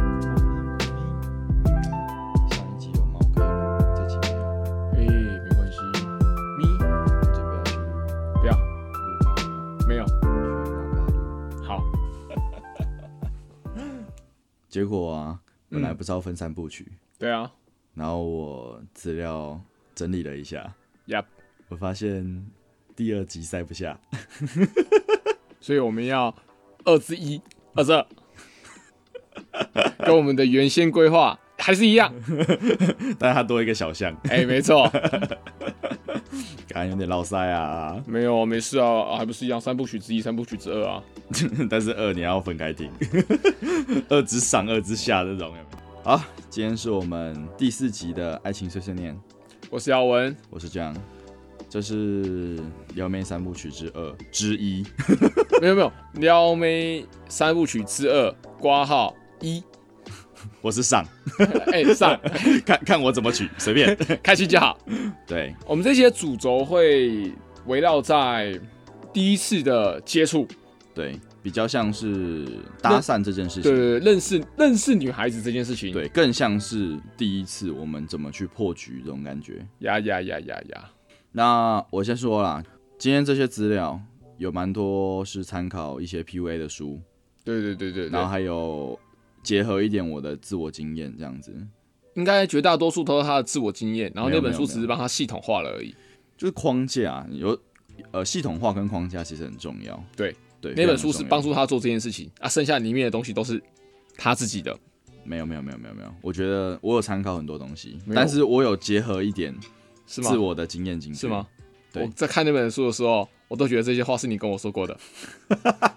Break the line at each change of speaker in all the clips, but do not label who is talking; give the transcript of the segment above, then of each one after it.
哎
结果啊，本来不是要分三部曲，
对啊
然后我资料整理了一下，
，Yep，
我发现第二集塞不下，
所以我们要二之一、二之二，跟我们的原先规划还是一样。
但它多一个小项，
哎、没错，
感觉有点落塞啊。
没有没事啊，还不是一样，三部曲之一、三部曲之二啊。
但是二你要分开听， 二之上二之下这种有没有？好，今天是我们第四集的爱情碎碎念，
我是耀文，
我是这样，这是撩妹三部曲之二之一，
没有没有，撩妹三部曲之二，挂号一，
我是上，
哎、上
看看我怎么 取，随便。
开心就好。
对，
我们这些主轴会围绕在第一次的接触，
对，比较像是搭讪这件事
对
情，
对，对认识认识女孩子这件事情。，
对，更像是第一次我们怎么去破局这种感觉。
呀呀呀呀呀，
那我先说啦，今天这些资料有蛮多是参考一些 PUA 的书，
对对对对
然后
对，
还有结合一点我的自我经验这样子，
应该绝大多数都是她的自我经验，然后
没
那
有
本
没
书
有
只是帮她系统化了而已。
就是框架啊有呃系统化跟框架其实很重要。
对
对，
那
非
本
常
书
地
是
重要
帮助她做这件事情啊，剩下里面的东西都是她自己的。
没有没有没有没有没有，我觉得我有参考很多东西
没有，
但是我有结合一点
是吗
自？我的经验进去，
是吗？？
对
我在看那本书的时候，我都觉得这些话是你跟我说过的。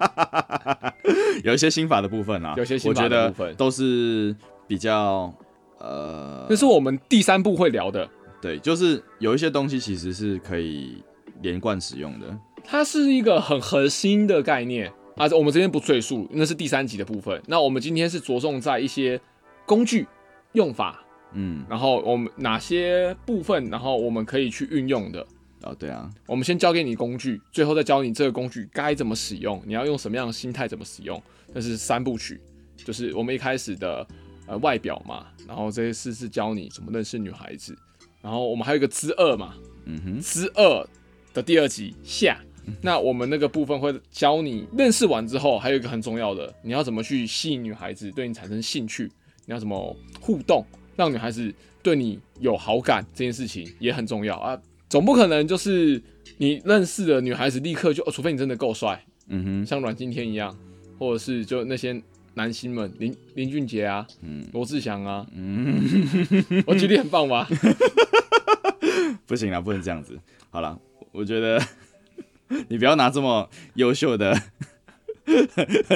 有一些心法的部分啊，
有些心法
我觉
的部
得
分
都是比较呃，
这是我们第三部会聊的，
对，就是有一些东西其实是可以连贯使用的，
它是一个很核心的概念啊。我们这边不赘述，那是第三集的部分。那我们今天是着重在一些工具用法，
嗯，
然后我们哪些部分，然后我们可以去运用的。
哦，对啊，
我们先教给你工具，最后再教你这个工具该怎么使用，你要用什么样的心态怎么使用。这是三部曲，就是我们一开始的呃外表嘛，然后这些事是教你怎么认识女孩子，然后我们还有一个之二嘛，
嗯哼，
之二的第二集下。那我们那个部分会教你认识完之后，还有一个很重要的，你要怎么去吸引女孩子对你产生兴趣，你要怎么互动，让女孩子对你有好感，这件事情也很重要啊。总不可能就是你认识的女孩子立刻就，哦、除非你真的够帅，
嗯哼，
像阮经天一样，或者是就那些男星们，林林俊杰啊，
嗯
罗志祥啊，
嗯，
我举例很 棒吧？
不行啦，不能这样子。好了，我觉得 你不要拿这么优秀的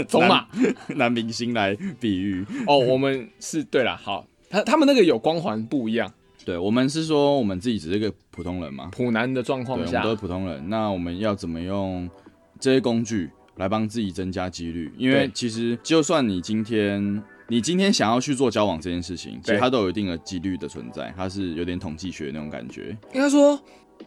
走马。
男明星来比喻。
哦，我们是对了，好，他他们那个有光环不一样，
对我们是说我们自己只是个普通人嘛，
普男的状
对，我
况
们
下
都，是普通人。那我们要怎么用这些工具来帮自己增加几率？因为
对
其实就算你今天。你今天想要去做交往这件事情，其
对
实它都有一定的几率的存在，它是有点统计学那种感觉。
应该说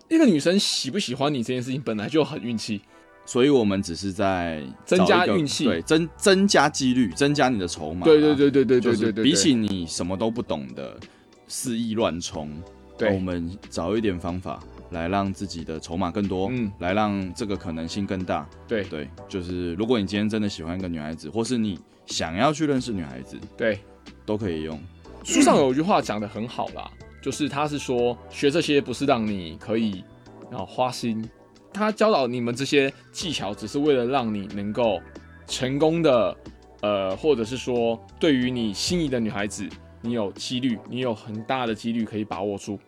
一个女生喜不喜欢你这件事情本来就很运气，
所以我们只是在
增
找一
加
个
运气
对，增增加几率，增加你的筹码。
对对，对对对
就
对
是
对对，
比起你什么都不懂的肆意乱冲，
对
那我们找一点方法来让自己的筹码更多，
嗯
嗯，来让这个可能性更大。
对
对，就是如果你今天真的喜欢一个女孩子，或是你想要去认识女孩子，
对
都可以用。
书上有一句话讲的很好啦，就是他是说学这些不是让你可以然后花心，他教导你们这些技巧只是为了让你能够成功的，呃，或者是说对于你心仪的女孩子，你有几率，你有很大的几率可以把握住。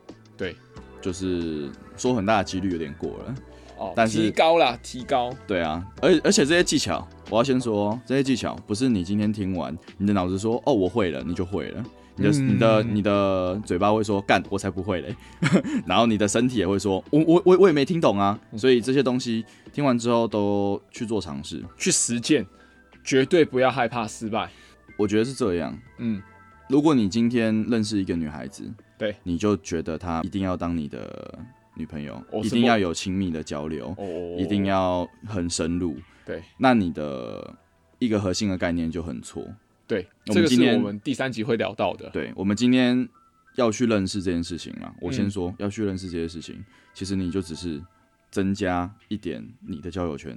就是说很大的几率有点过了，
哦，
但是
提高啦，提高，
对啊，而而且这些技巧，我要先说，这些技巧不是你今天听完，你的脑子说哦我会了，你就会了。你的、
嗯
你的你的嘴巴会说干，我才不会嘞。 然后你的身体也会说，我我我我也没听懂啊。所以这些东西听完之后都去做尝试，
去实践，绝对不要害怕失败。
我觉得是这样。
嗯，
如果你今天认识一个女孩子，
对，
你就觉得她一定要当你的女朋友，
我是
一
不
定要有亲密的交流，
哦，
一定要很深入。
对
那你的一个核心的概念就很错。
对，
我们
这个
今
是
天
我们第三集会聊到的。
对，我们今天要去认识这件事情啊，我
嗯
先说、要去认识这些事情，其实你就只是增加一点你的交友圈，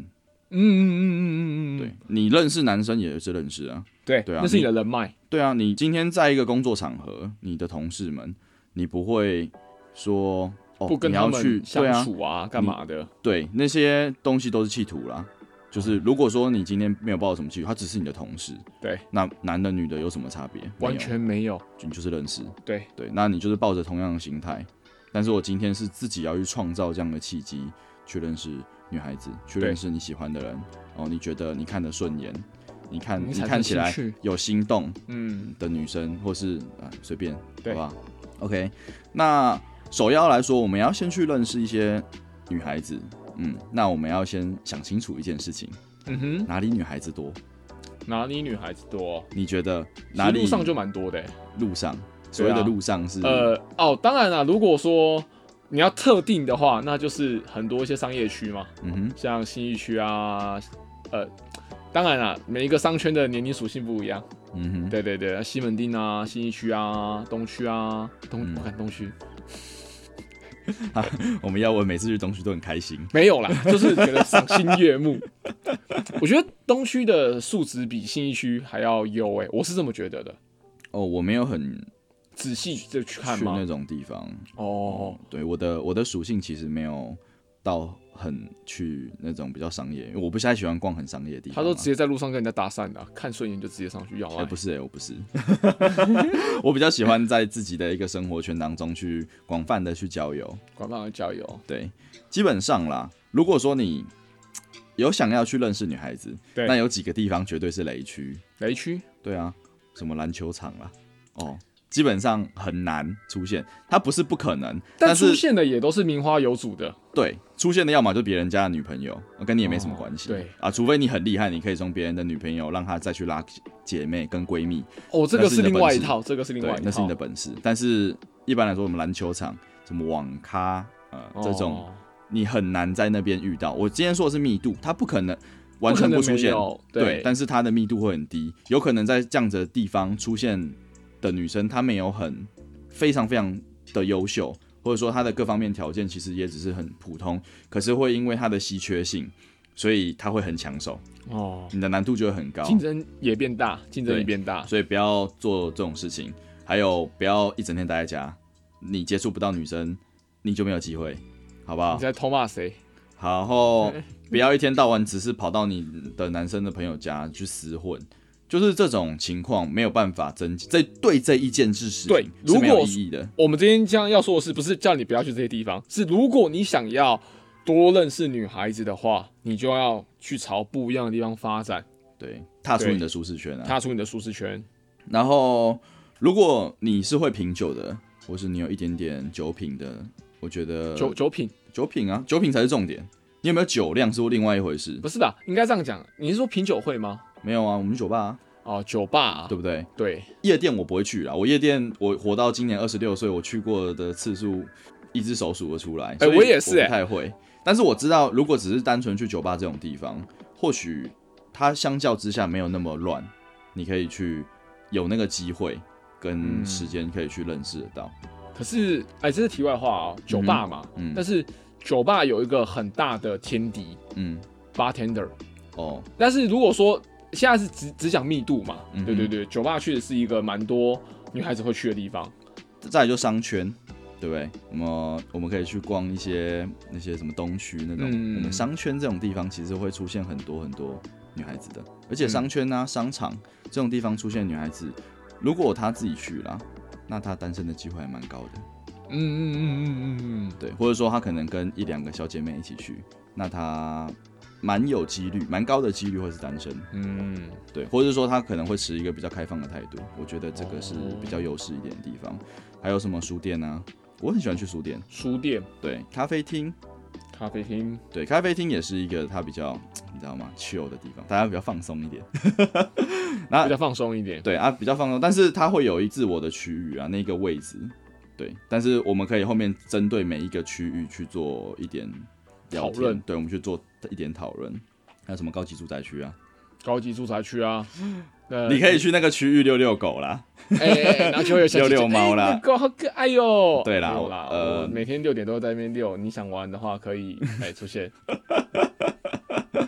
嗯嗯嗯嗯嗯嗯嗯嗯，
对你认识男生也是认识啊，
对
对啊
那是你的人脉，
对啊，你今天在一个工作场合，你的同事们，你不会说哦，
不跟
你
他
要去
们
对
相
啊，
处啊，干嘛的？
对那些东西都是企图啦。就是如果说你今天没有抱什么企图，他只是你的同事，
嗯对，
那男的女的有什么差别？没
完
有
全没有，
你就是认识，
对
对，那你就是抱着同样的心态，但是我今天是自己要去创造这样的契机，去认识女孩子，去
对
认识你喜欢的人，哦，你觉得你看得顺眼，你看
你
你
产
看
生
起
兴
来
趣
有心动
嗯，
的女生，或是啊随便，
对
好吧？OK，那首要来说，我们要先去认识一些女孩子，嗯，那我们要先想清楚一件事情，
嗯哼，
哪里女孩子多？
哪里女孩子多？
你觉得
其
哪
实
里
路上就蛮多的欸、
路上所谓的
对啊
路上是、
呃，哦，当然啦，如果说你要特定的话，那就是很多一些商业区嘛，
嗯哼。
像新义区啊，呃，当然啦，每一个商圈的年龄属性不一样。
嗯哼，
对对对，西门町啊，新义区啊，东区啊，东
嗯
不敢东区
我们要文每次去东区都很开心。
没有啦，就是觉得赏心悦目。 我觉得东区的数值比新义区还要优诶、我是这么觉得的。
哦，我没有很
仔细的去看
去那
吗？
种地方。
哦，
对，我的我的属性其实没有到很去那种比较商业，因为我不太喜欢逛很商业的地方
他
啊。
都直接在路上跟人家搭讪的啊、看顺眼就直接上去要
哎、
啊。
不是哎、我不是， 我比较喜欢在自己的一个生活圈当中去广泛的去交友。
广大的加油！
对，基本上啦，如果说你有想要去认识女孩子，
对
那有几个地方绝对是雷区。
雷区
对啊，什么篮球场啦，哦，基本上很难出现，它不是不可能，
但
但是
出现的也都是名花有主的，
对出现的要么就别人家的女朋友，呃跟你也没什么关系、
哦对
啊，除非你很厉害，你可以从别人的女朋友让她再去拉姐妹跟闺蜜，
哦，这个
那是你的
另外一
本事
套，这个是另
对
外一，套，
那是你的本事。但是一般来说，我们篮球场什么网咖呃
哦
这种，你很难在那边遇到。我今天说的是密度，它不可能完全
不可能
出现
没有，
对
对，，
但是它的密度会很低，有可能在这样子的地方出现的女生，她没有很非常非常的优秀，或者说她的各方面条件其实也只是很普通，可是会因为她的稀缺性，所以她会很抢手，
哦，
你的难度就会很高，
竞争也变大，竞争也
对
变大，
啊所以不要做这种事情，还有不要一整天待在家，你接触不到女生，你就没有机会，好不好
你？在偷骂谁？
然 后不要一天到晚只是跑到你的男生的朋友家去厮混，就是这种情况没有办法增进，这对这一件事情
对
是没
如
有
果
意义的。
我们今天这样要说的是，不是叫你不要去这些地方，是如果你想要多认识女孩子的话，你就要去朝不一样的地方发展，
对，踏出
对
你的舒适圈啊。
踏出你的舒适圈。
然后，如果你是会品酒的，或是你有一点点酒品的，我觉得
酒酒品
酒品啊，酒品才是重点。你有没有酒量是另外一回事
不，是吧？应该这样讲，你是说品酒会吗？
没有啊，我们酒吧、啊、
哦，酒吧、啊，
对不对？
对，
夜店我不会去啦，我夜店我活到今年二十六岁，我去过的次数一只手数得出来。所以
哎我也是
我不太会。但是我知道，如果只是单纯去酒吧这种地方，或许它相较之下没有那么乱，你可以去有那个机会跟
嗯
时间可以去认识得到。
可是，哎，这是题外话哦，酒吧嘛，
嗯
但是酒吧有一个很大的天敌
嗯，
，bartender。
哦，
但是如果说现在是只只讲密度嘛，
嗯哼
对对对，酒吧确实是一个蛮多女孩子会去的地方。
再来就商圈，对不对？我们我们可以去逛一些那些什么东区那种，
嗯
我们商圈这种地方其实会出现很多很多女孩子的，而且商圈啊、商场这种地方出现女孩子，如果她自己去啦，那她单身的机会还蛮高的，
嗯嗯嗯嗯嗯嗯，
对，或者说她可能跟一两个小姐妹一起去，那她蛮有几率，蛮高的几率会是单身，
嗯，
对，或者说她可能会持一个比较开放的态度，我觉得这个是比较优势一点的地方。还有什么书店啊？我很喜欢去书店。
书店、
对，咖啡厅，
咖啡厅，
对，咖啡厅也是一个它比较你知道吗，chill 的地方，大家比较放松一点。
比较放松一点。
对啊，比较放松，但是它会有一自我的区域啊，那个位置。对，但是我们可以后面针对每一个区域去做一点聊
讨
天
论
对，我们去做一点讨论。还有什么高级住宅区啊？
高级住宅区啊，呃
你可以去那个区域遛遛狗啦。
哎哎，哎然后就会有小姐姐
遛遛猫啦
哎那狗好可爱哟。
对啦
没有啦，
呃
我每天六点都会在那边遛，你想玩的话可以哎出现。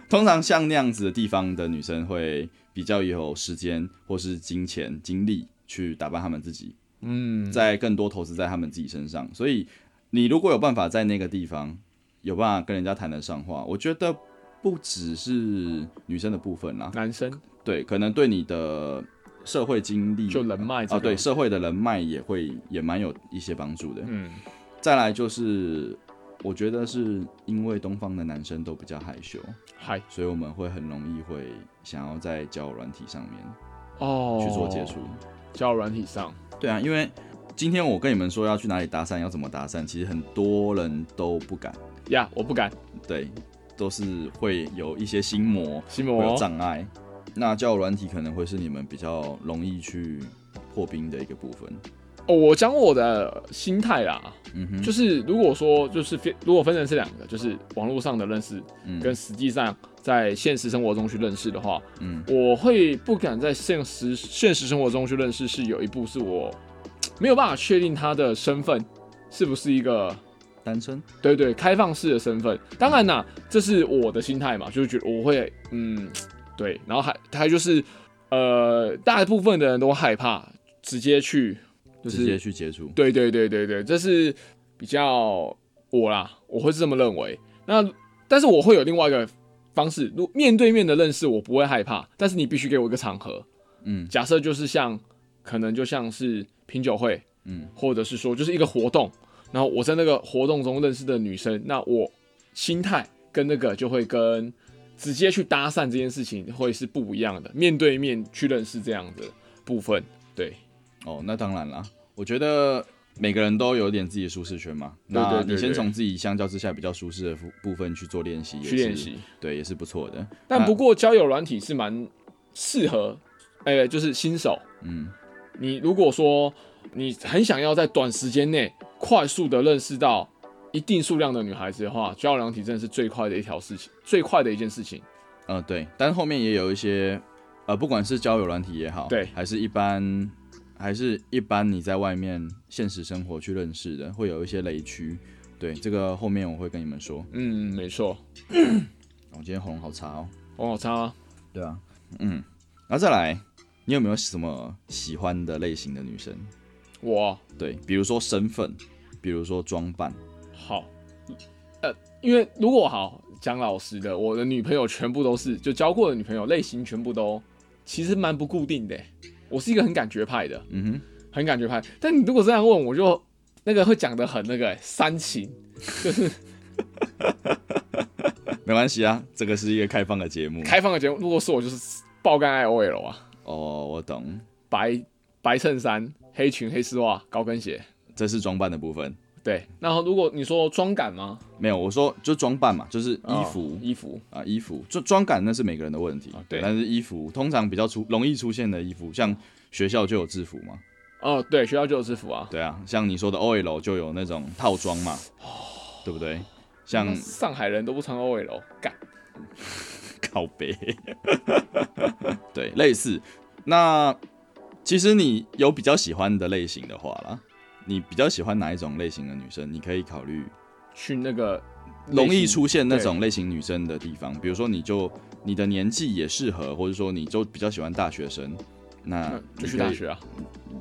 通常像那样子的地方的女生会比较有时间或是金钱、精力去打扮她们自己，
嗯，
在更多投资在她们自己身上。所以你如果有办法在那个地方有办法跟人家谈得上话，我觉得不只是女生的部分啦，
男生
对，可能对你的社会经历
就人脉这
啊，
个
对，社会的人脉也会也蛮有一些帮助的。
嗯，
再来就是，我觉得是因为东方的男生都比较害羞，
嗨
所以我们会很容易会想要在交友软体上面
哦，
去做接触。
交友软体上，
对啊，因为今天我跟你们说要去哪里搭讪，要怎么搭讪，其实很多人都不敢，
呀，我不敢，
对，都是会有一些心魔，
心
会有
魔
障碍。那交友软体可能会是你们比较容易去破冰的一个部分。
哦，我讲我的心态啦，
嗯哼，
就是如果说就是分如果分成是两个，就是网络上的认识
嗯
跟实际上在现实生活中去认识的话，
嗯
我会不敢在现实现实生活中去认识，是有一步是我没有办法确定他的身份是不是一个
单身，
对对，开放式的身份。当然啦，这是我的心态嘛，就是觉得我会，嗯，对。然后还还就是，呃，大部分的人都害怕直接去，就
直接
是
去接触。
对对对对对，这是比较我啦，我会是这么认为。那但是我会有另外一个方式，如面对面的认识，我不会害怕，但是你必须给我一个场合。
嗯
假设就是像，可能就像是品酒会，
嗯
或者是说就是一个活动，然后我在那个活动中认识的女生，那我心态跟那个就会跟直接去搭讪这件事情会是不一样的，面对面去认识这样的部分，对，
哦，那当然啦，我觉得每个人都有点自己的舒适圈嘛。
对对
那
对
你先
对
从自己相较之下比较舒适的部部分去做练习，也
去练
是，
习。
对，也是不错的。
但不过交友软体是蛮适合，哎、就是新手，
嗯
你如果说你很想要在短时间内快速的认识到一定数量的女孩子的话，交友软体真的是最快的一条事情，最快的一件事情。
呃对，但后面也有一些呃，不管是交友软体也好，
对
还是一般。还是一般你在外面现实生活去认识的，会有一些雷区。对，这个后面我会跟你们说。
嗯，没错。
我、今天喉咙好差哦。
王好差吗？
对啊，嗯，然后再来，你有没有什么喜欢的类型的女生？
我
对，比如说身份，比如说装扮，
好，呃，因为如果好讲老实的，我的女朋友全部都是就交过的女朋友类型全部都其实蛮不固定的欸。我是一个很感觉派的，
嗯哼，
很感觉派。但你如果这样问，我就那个会讲的很那个欸煽情，
没关系啊，这个是一个开放的节目。
开放的节目。如果是我，就是爆肝 I O L 啊，
哦，我懂，
白白衬衫、黑裙、黑丝袜、高跟鞋。
这是装扮的部分。
对，然后如果你说妆感吗？
没有，我说就装扮嘛，就是
哦
衣服
衣服
啊、衣服就妆感那是每个人的问题
啊，哦对
但是衣服通常比较出容易出现的衣服，像学校就有制服嘛，
哦，对，学校就有制服啊，
对啊，像你说的 OL 就有那种套装嘛，对不对？像
上海人都不穿 O L，干。
靠背，对，类似。那其实你有比较喜欢的类型的话啦，你比较喜欢哪一种类型的女生？你可以考虑
去那个
容易出现那种类型女生的地方，比如说你就你的年纪也适合，或者说你就比较喜欢大学生，那
嗯就
你
去
可以
大学啊，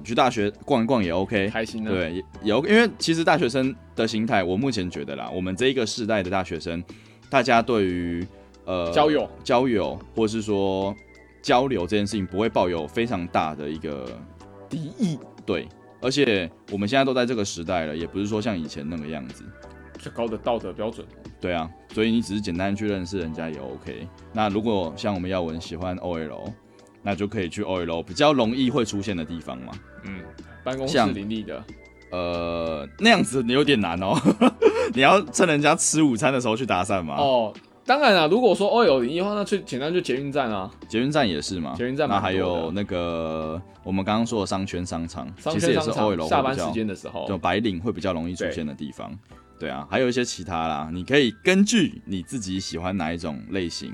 去大学逛一逛也 OK。
开心啊。，
对，也也 OK，因为其实大学生的心态，我目前觉得啦，我们这一个世代的大学生，大家对于呃
交友
交友，或是说交流这件事情，不会抱有非常大的一个
敌意
对，而且我们现在都在这个时代了，也不是说像以前那个样子，
最高的道德标准。
对啊，所以你只是简单去认识人家也 OK。那如果像我们耀文喜欢 OL，那就可以去 OL 比较容易会出现的地方嘛。
嗯，办公室
像
林立的，
呃，那样子你有点难哦， 你要趁人家吃午餐的时候去搭讪嘛。，
哦，当然啦，如果说哦有林立的话，那最简单就捷运站啊，
捷运站也是嘛，
捷运站
那
蛮
还
多的啊
有那个我们刚刚说的商圈商场，
商
其实
圈
也
商
是 OL 会
场
比
下班时
较
间的时候
就，白领会比较容易出现的地方。对啊，还有一些其他啦，你可以根据你自己喜欢哪一种类型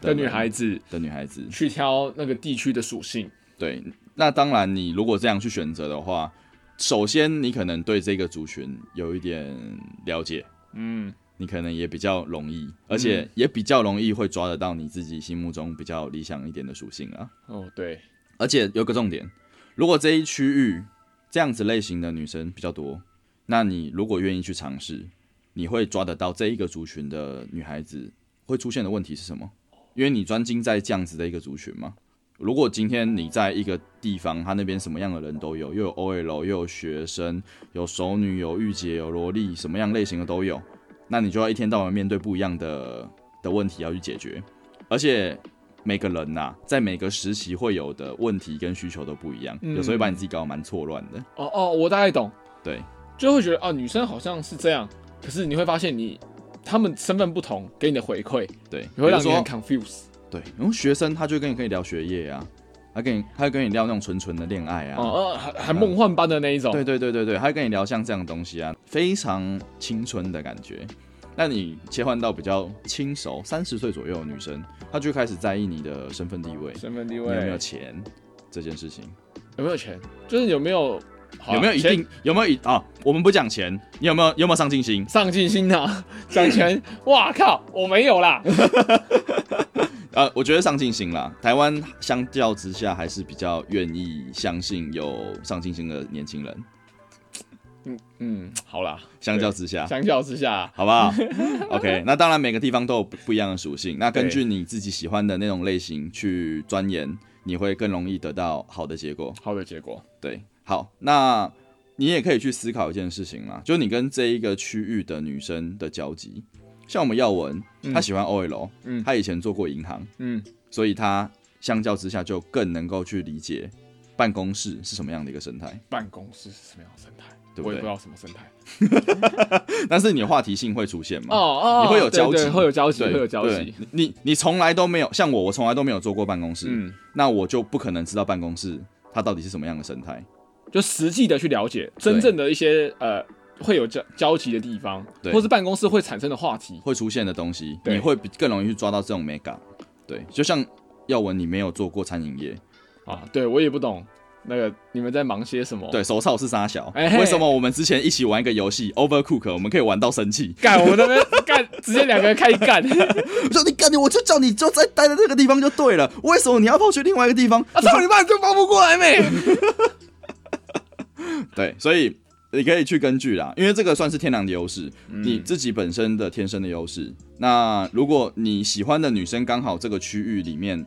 的女
人
孩子
的女孩子。
去挑那个地区的属性。
对，那当然，你如果这样去选择的话，首先你可能对这个族群有一点了解，
嗯，
你可能也比较容易，而且也比较容易会抓得到你自己心目中比较理想一点的属性啊。
哦，对，
而且有个重点，如果这一区域这样子类型的女生比较多，那你如果愿意去尝试，你会抓得到这一个族群的女孩子会出现的问题是什么？因为你专精在这样子的一个族群嘛。如果今天你在一个地方，他那边什么样的人都有，又有 OL，又有学生，有熟女，有御姐，有萝莉，什么样类型的都有，那你就要一天到晚面对不一样的的问题要去解决，而且每个人呐、在每个时期会有的问题跟需求都不一样，
嗯
有时候会把你自己搞得蛮错乱的。
哦哦，我大概懂，
对，
就会觉得啊，女生好像是这样，可是你会发现你她们身份不同，给你的回馈，
对，
你会让
比
你
如
很
说
confuse。
对，然后学生他就跟你可以聊学业啊，他跟你他会跟你聊那种纯纯的恋爱啊，
哦，呃，很很梦幻般的那一种。
对对对对对，他会跟你聊像这样的东西啊，非常青春的感觉。那你切换到比较轻熟，三十岁左右的女生，她就开始在意你的身份地位，
身份地
你
位
有没有钱这件事情。
有没有钱，就是有没有好啊
有没有一
钱
定有没有一啊？我们不讲钱，你有没有有没有上进心？
上进心 啊？讲钱，哇靠，我没有啦。
呃，我觉得上进心啦，台湾相较之下还是比较愿意相信有上进心的年轻人，
嗯，好啦，啊
相较之下，
相较之下，
好不好 ？OK，那当然每个地方都有不不一样的属性，那根据你自己喜欢的那种类型去钻研，你会更容易得到好的结果。
好的结果。
对，好，那你也可以去思考一件事情嘛，就你跟这一个区域的女生的交集，像我们耀文，她喜欢 OL，
嗯
她以前做过银行，
嗯，
所以她相较之下就更能够去理解办公室是什么样的一个生态，
办公室是什么样的生态？
对不
我也不知
对？
道什么生态。
但是你的话题性会出现嘛？
哦哦，
你会有
对
交集
对会有交集，
对
会有交
对
集。
你你你从来都没有像我，我从来都没有做过办公室，
嗯，
那我就不可能知道办公室它到底是什么样的生态。
就实际的去了解真正的一些呃会有交交集的地方，
对
或是办公室会产生的话题。
会出现的东西，
对
你会比更容易去抓到这种美感。对，就像耀文，你没有做过餐饮业，
啊，对我也不懂那个你们在忙些什么。，
对手操是沙小。
哎嘿
为什么我们之前一起玩一个游戏 Overcook，我们可以玩到生气？
干我们这边干，直接两个人开始干。
我说你干你，我就叫你就在待在那个地方就对了，为什么你要跑去另外一个地方？
啊，操你妈，就忙不过来没？
对，所以你可以去根据啦，因为这个算是天然的优势，
嗯
你自己本身的天生的优势。那如果你喜欢的女生刚好这个区域里面，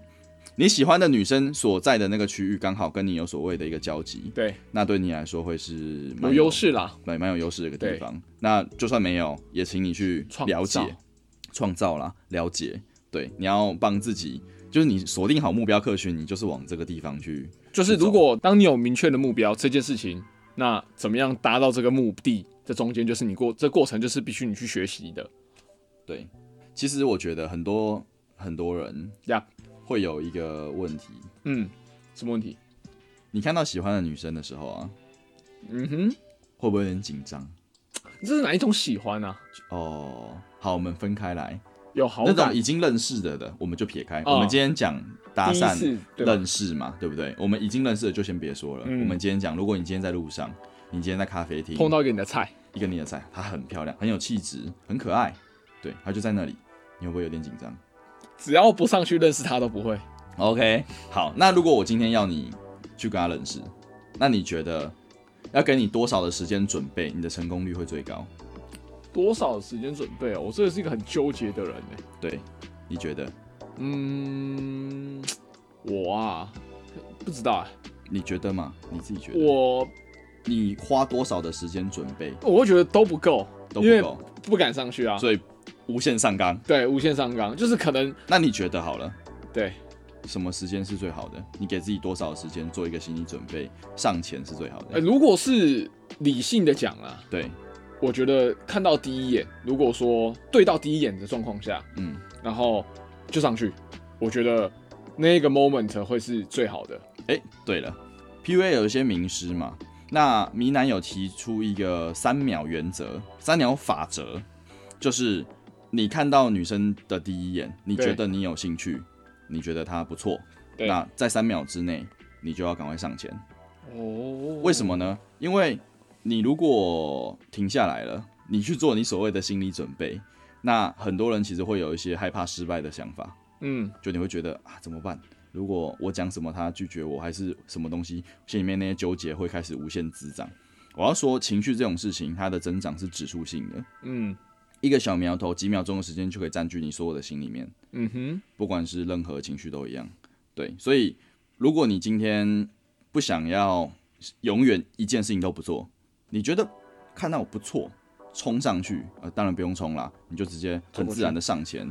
你喜欢的女生所在的那个区域刚好跟你有所谓的一个交集，
对，
那对你来说会是蛮
有优，势啦。
对，蛮有优势的一个地
对
方。那就算没有，也请你去
创
了解
造、
创造啦，了解。对，你要帮自己，就是你锁定好目标客群，你就是往这个地方去。
就是如果当你有明确的目标，这件事情，那怎么样达到这个目的？这中间就是你过这过程，就是必须你去学习的。
对，其实我觉得很多很多人
Yup
会有一个问题，
嗯，什么问题？
你看到喜欢的女生的时候啊，
嗯哼，
会不会有点紧张？
这是哪一种喜欢啊？
哦，好，我们分开来，
有好
那种
感，
已经认识的的，我们就撇开。
哦
我们今天讲搭
第一
讪
次对吧
认识嘛，对不对？我们已经认识的就先别说了。
嗯
我们今天讲，如果你今天在路上，你今天在咖啡厅
碰到一个你的菜，
一个你的菜，她很漂亮，很有气质，很可爱，对，她就在那里，你会不会有点紧张
只要不上去认识他都不会。
？OK，好，那如果我今天要你去跟她认识，那你觉得要给你多少的时间准备，你的成功率会最高？
多少时间准备哦？我真的是一个很纠结的人欸呢。
对，你觉得？
嗯，我啊，不知道啊，
你觉得吗？你自己觉得？
我
你花多少的时间准备
我会觉得都不够，
都
因
不
为
够，
不敢上去啊。
所以无限上纲。
对，无限上纲，就是可能
那你觉得好了，
对
什么时间是最好的？你给自己多少时间做一个心理准备？上前是最好的。
呃，如果是理性的讲啊，
对，
我觉得看到第一眼，如果说对到第一眼的状况下，
嗯，
然后就上去，我觉得那个 moment 会是最好的。
哎、对了，PUA 有一些名师嘛，那米南有提出一个三秒原则、三秒法则，就是你看到女生的第一眼，你觉
对
得你有兴趣，你觉得她不错，
对
那在三秒之内，你就要赶快上前。
哦
为什？么呢？因为你如果停下来了，你去做你所谓的心理准备，那很多人其实会有一些害怕失败的想法，
嗯，
就你会觉得啊怎么办？如果我讲什么他拒绝我，还是什么东西，心里面那些纠结会开始无限滋长。我要说，情绪这种事情，它的增长是指数性的，
嗯
一个小苗头，几秒钟的时间就可以占据你所有的心里面。
嗯哼，
不管是任何情绪都一样。对，所以如果你今天不想要永远一件事情都不做，你觉得看到不错，冲上去，呃，当然不用冲啦，你就直接很自然的上前。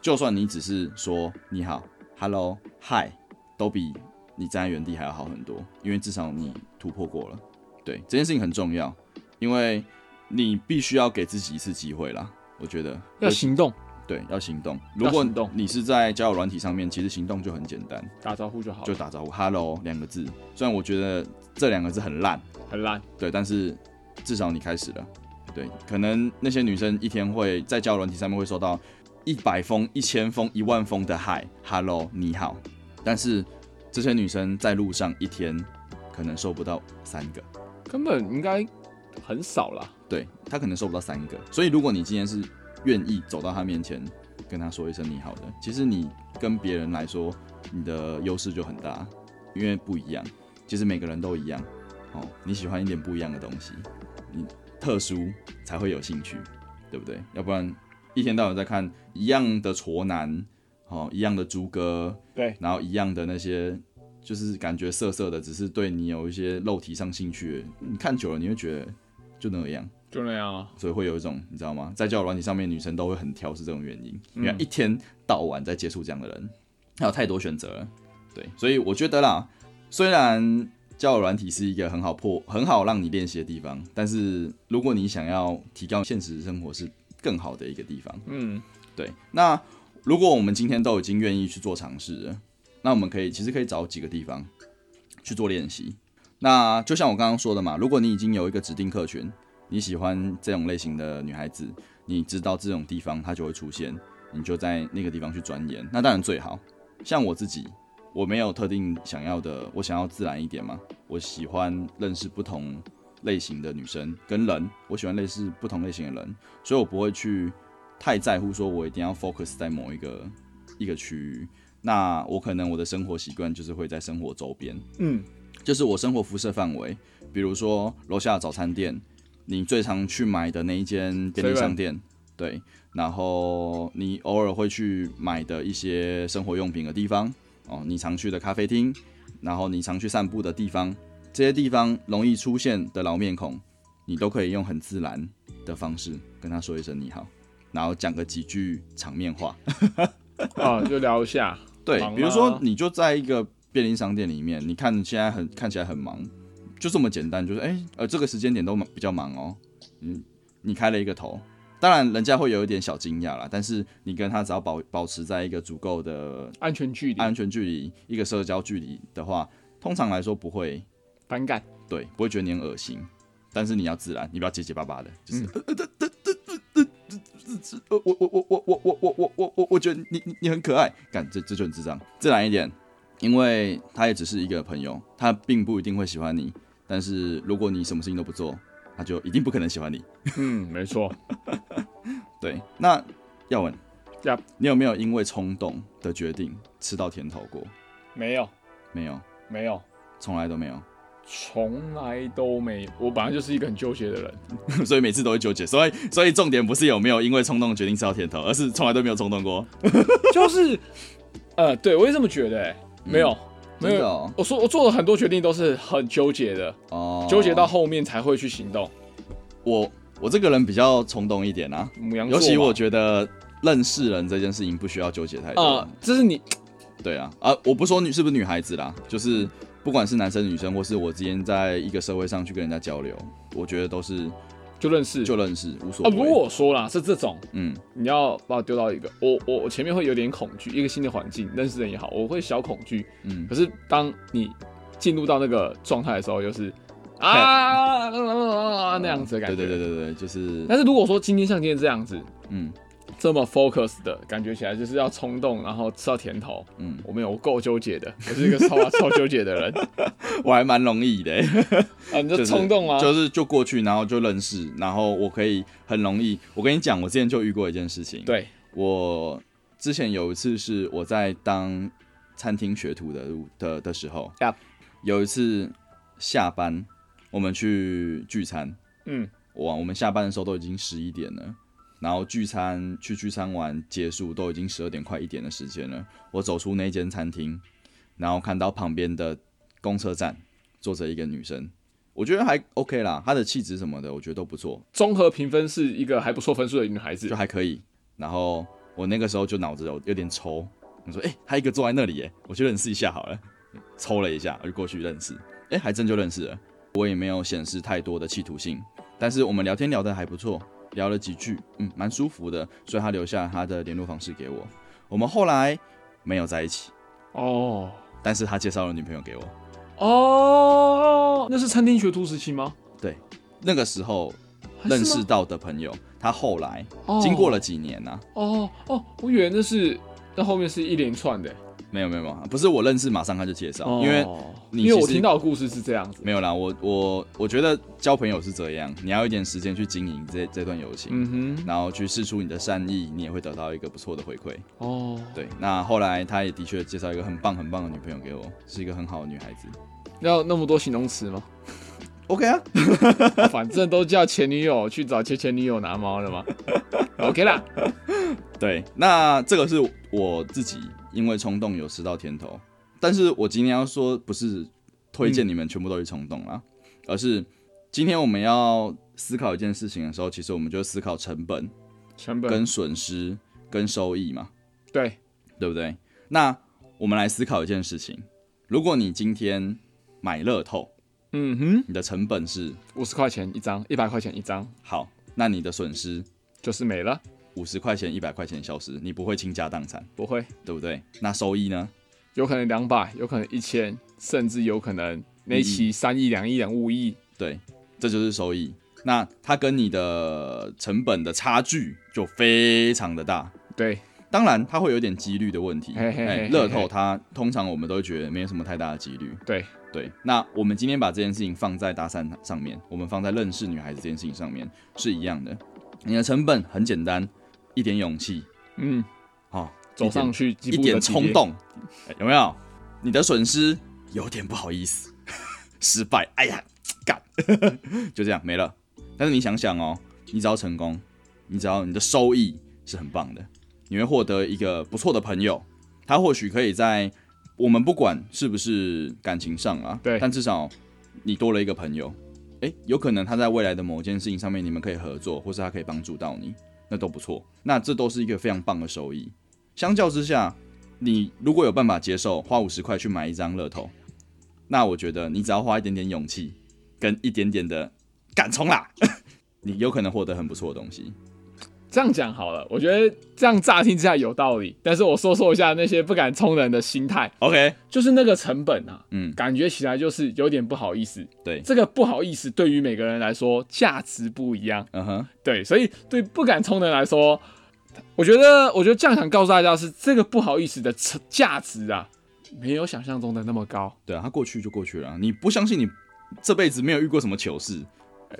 就算你只是说你好、hello、hi，都比你站在原地还要好很多，因为至少你突破过了。对，这件事情很重要，因为你必须要给自己一次机会啦。我觉得
要行动，
对，要行动。如果
行动
你是在交友软体上面，其实行动就很简单，
打招呼就好
就
了，
打招呼 “hello” 两个字。虽然我觉得这两个字很烂，
很烂，
对，但是至少你开始了。对，可能那些女生一天会在交友软体上面会收到一百封、一千封、一万封的 “hi”、“hello”、“你好”，但是这些女生在路上一天可能收不到三个。
根本应该很少啦。
对他可能收不到三个，所以如果你今天是愿意走到他面前跟他说一声你好的，其实你跟别人来说，你的优势就很大，因为不一样。其实每个人都一样，哦，你喜欢一点不一样的东西，你特殊才会有兴趣，对不对？要不然一天到晚在看一样的挫男，哦，一样的猪哥，
对，
然后一样的那些，就是感觉色色的，只是对你有一些肉体上兴趣，你看久了你会觉得就那样。
就那样啊。
所以会有一种你知道吗？在交友软体上面，女生都会很挑，是这种原因。
嗯
因为一天到晚在接触这样的人，还有太多选择了。对，所以我觉得啦，虽然交友软体是一个很好破、很好让你练习的地方，但是如果你想要提高现实生活是更好的一个地方。
嗯，
对，那如果我们今天都已经愿意去做尝试了，那我们可以其实可以找几个地方去做练习。那就像我刚刚说的嘛，如果你已经有一个指定客群，你喜欢这种类型的女孩子，你知道这种地方它就会出现，你就在那个地方去钻研，那当然最好。像我自己，我没有特定想要的，我想要自然一点嘛，我喜欢认识不同类型的女生跟人，我喜欢认识不同类型的人，所以我不会去太在乎说我一定要 focus 在某一个一个区域。那我可能我的生活习惯就是会在生活周边，
嗯，
就是我生活辐射范围，比如说楼下的早餐店，你最常去买的那一间便利
Seven
商店，对，然后你偶尔会去买的一些生活用品的地方，哦，你常去的咖啡厅，然后你常去散步的地方，这些地方容易出现的老面孔，你都可以用很自然的方式跟他说一声你好，然后讲个几句场面话，
啊，就聊一下。
对
忙，
比如说
啦
你就在一个便利商店里面，你看现在很看起来很忙，就这么简单，就是哎、呃这个时间点都忙比较忙哦，嗯，你开了一个头，当然人家会有一点小惊讶啦，但是你跟他只要保保持在一个足够的
安全距离，
安全距离，一个社交距离的话，通常来说不会
反感。
对，不会觉得你很恶心，但是你要自然，你不要结结巴巴的，就是。我我我我我我我我我我我觉得你你你很可爱，干这这就很智障，自然一点，因为他也只是一个朋友，他并不一定会喜欢你，但是如果你什么事情都不做，他就一定不可能喜欢你。
嗯，没错。
对，那耀文
Yup
你有没有因为冲动的决定吃到甜头过？
没有，
没有，
没有，
从来都没有，
从来都没有。我本来就是一个很纠结的人。
所以每次都会纠结，所以所以重点不是有没有因为冲动决定吃到甜头，而是从来都没有冲动过。
就是，呃，对我也这么觉得、欸，没有，
嗯
没
真的
有。
哦，
我说我做了很多决定都是很纠结的，
哦
纠结到后面才会去行动。
我我这个人比较冲动一点啊，
母羊座
尤
嘛，
其我觉得认识人这件事情不需要纠结太多。
啊、这是你
对啊，啊，我不说女是不是女孩子啦，就是不管是男生女生，或是我之前在一个社会上去跟人家交流，我觉得都是
就认识
就认识，无所
哦。
谓。
不过我说啦，是这种，
嗯，
你要把我丢到一个，我我我前面会有点恐惧，一个新的环境，认识人也好，我会小恐惧。
嗯
可是当你进入到那个状态的时候，就是啊啊那样子的感觉。
对对对对对，就是
但是如果说今天像今天这样子，
嗯
这么 focus 的感觉起来，就是要冲动，然后吃到甜头。
嗯，
我没有，我够纠结的，我是一个超超纠结的 人
我还蛮容易的、欸
啊！你
就
就是冲动啊，
就是就过去，然后就认识，然后我可以很容易。我跟你讲，我之前就遇过一件事情。，
对，
我之前有一次是我在当餐厅学徒的路的的时候
Yup
有一次下班我们去聚餐，
嗯，
哇，我们下班的时候都已经十一点了，然后聚餐去聚餐完结束都已经十二点快一点的时间了。我走出那间餐厅，然后看到旁边的公车站坐着一个女生，我觉得还 OK 啦，她的气质什么的我觉得都不错，
综合评分是一个还不错分数的女孩子
就，还可以。然后我那个时候就脑子有有点抽，我说哎、她一个坐在那里耶，我去认识一下好了。抽了一下，我就过去认识，哎、还真就认识了。我也没有显示太多的企图性，但是我们聊天聊得还不错，聊了几句，嗯，蛮舒服的，所以她留下她的联络方式给我。我们后来没有在一起，
哦
但是她介绍了女朋友给我。
哦，那是餐厅学徒时期吗？
那个时候
还是吗
认识到的朋友，她后来经过了几年啊呐、
哦哦，我以为那是那后面是一连串的，
没有没有没有，不是我认识马上她就介绍，
哦
因为你
因为
其
我
实
听到的故事是这样子，
没有啦，我我我觉得交朋友是这样，你要一点时间去经营这这段友情，
嗯哼，
然后去试出你的善意，你也会得到一个不错的回馈。
哦，
对，那后来他也的确介绍一个很棒很棒的女朋友给我，是一个很好的女孩子。
要那么多形容词吗？
OK 啊，
反正都叫前女友去找前前女友拿猫了嘛，OK 啦，
对，那这个是我自己因为冲动有吃到甜头，但是我今天要说不是推荐你们全部都去冲动啦，而是今天我们要思考一件事情的时候，其实我们就思考成本、
成本
跟损失、跟收益嘛。
对，
对不对？那我们来思考一件事情：如果你今天买乐透，
嗯哼，
你的成本是
五十块钱一张，一百块钱一张
好，那你的损失
就是没了，
五十块钱、一百块钱消失，你不会倾家荡产，
不会，
对不对？那收益呢？
有可能两百，有可能一千，甚至有可能那一期三亿、两亿、两五亿，
对，这就是收益。那它跟你的成本的差距就非常的大。
对，
当然，它会有点几率的问题。
嘿嘿嘿
哎
嘿嘿
乐透它通常我们都会觉得没有什么太大的几率。
对，
对，那我们今天把这件事情放在搭讪上面，我们放在认识女孩子这件事情上面是一样的。你的成本很简单，一点勇气
嗯，
啊，哦
走上去
一
几
点
步
一
的
点
级
冲
别，
动，哎有没有？你的损失有点不好意思，失败，哎呀，干，就这样没了。但是你想想哦，你只要成功，你只要你的收益是很棒的，你会获得一个不错的朋友，他或许可以在我们不管是不是感情上啊，
对
但至少你多了一个朋友，诶，有可能他在未来的某件事情上面你们可以合作，或是他可以帮助到你，那都不错。那这都是一个非常棒的收益。相较之下，你如果有办法接受花五十块去买一张乐透，那我觉得你只要花一点点勇气，跟一点点的敢冲啦，你有可能获得很不错的东西。
这样讲好了，我觉得这样乍听之下有道理，但是我说说一下那些不敢冲人的心态，
OK，
就是那个成本啊，
嗯，
感觉起来就是有点不好意思。
对
这个不好意思对于每个人来说价值不一样，
嗯哼，
对，所以对不敢冲的人来说，我觉得，我觉得这样想告诉大家是这个不好意思的成价值啊，没有想象中的那么高。
对啊，他过去就过去了啊、你不相信你这辈子没有遇过什么糗事，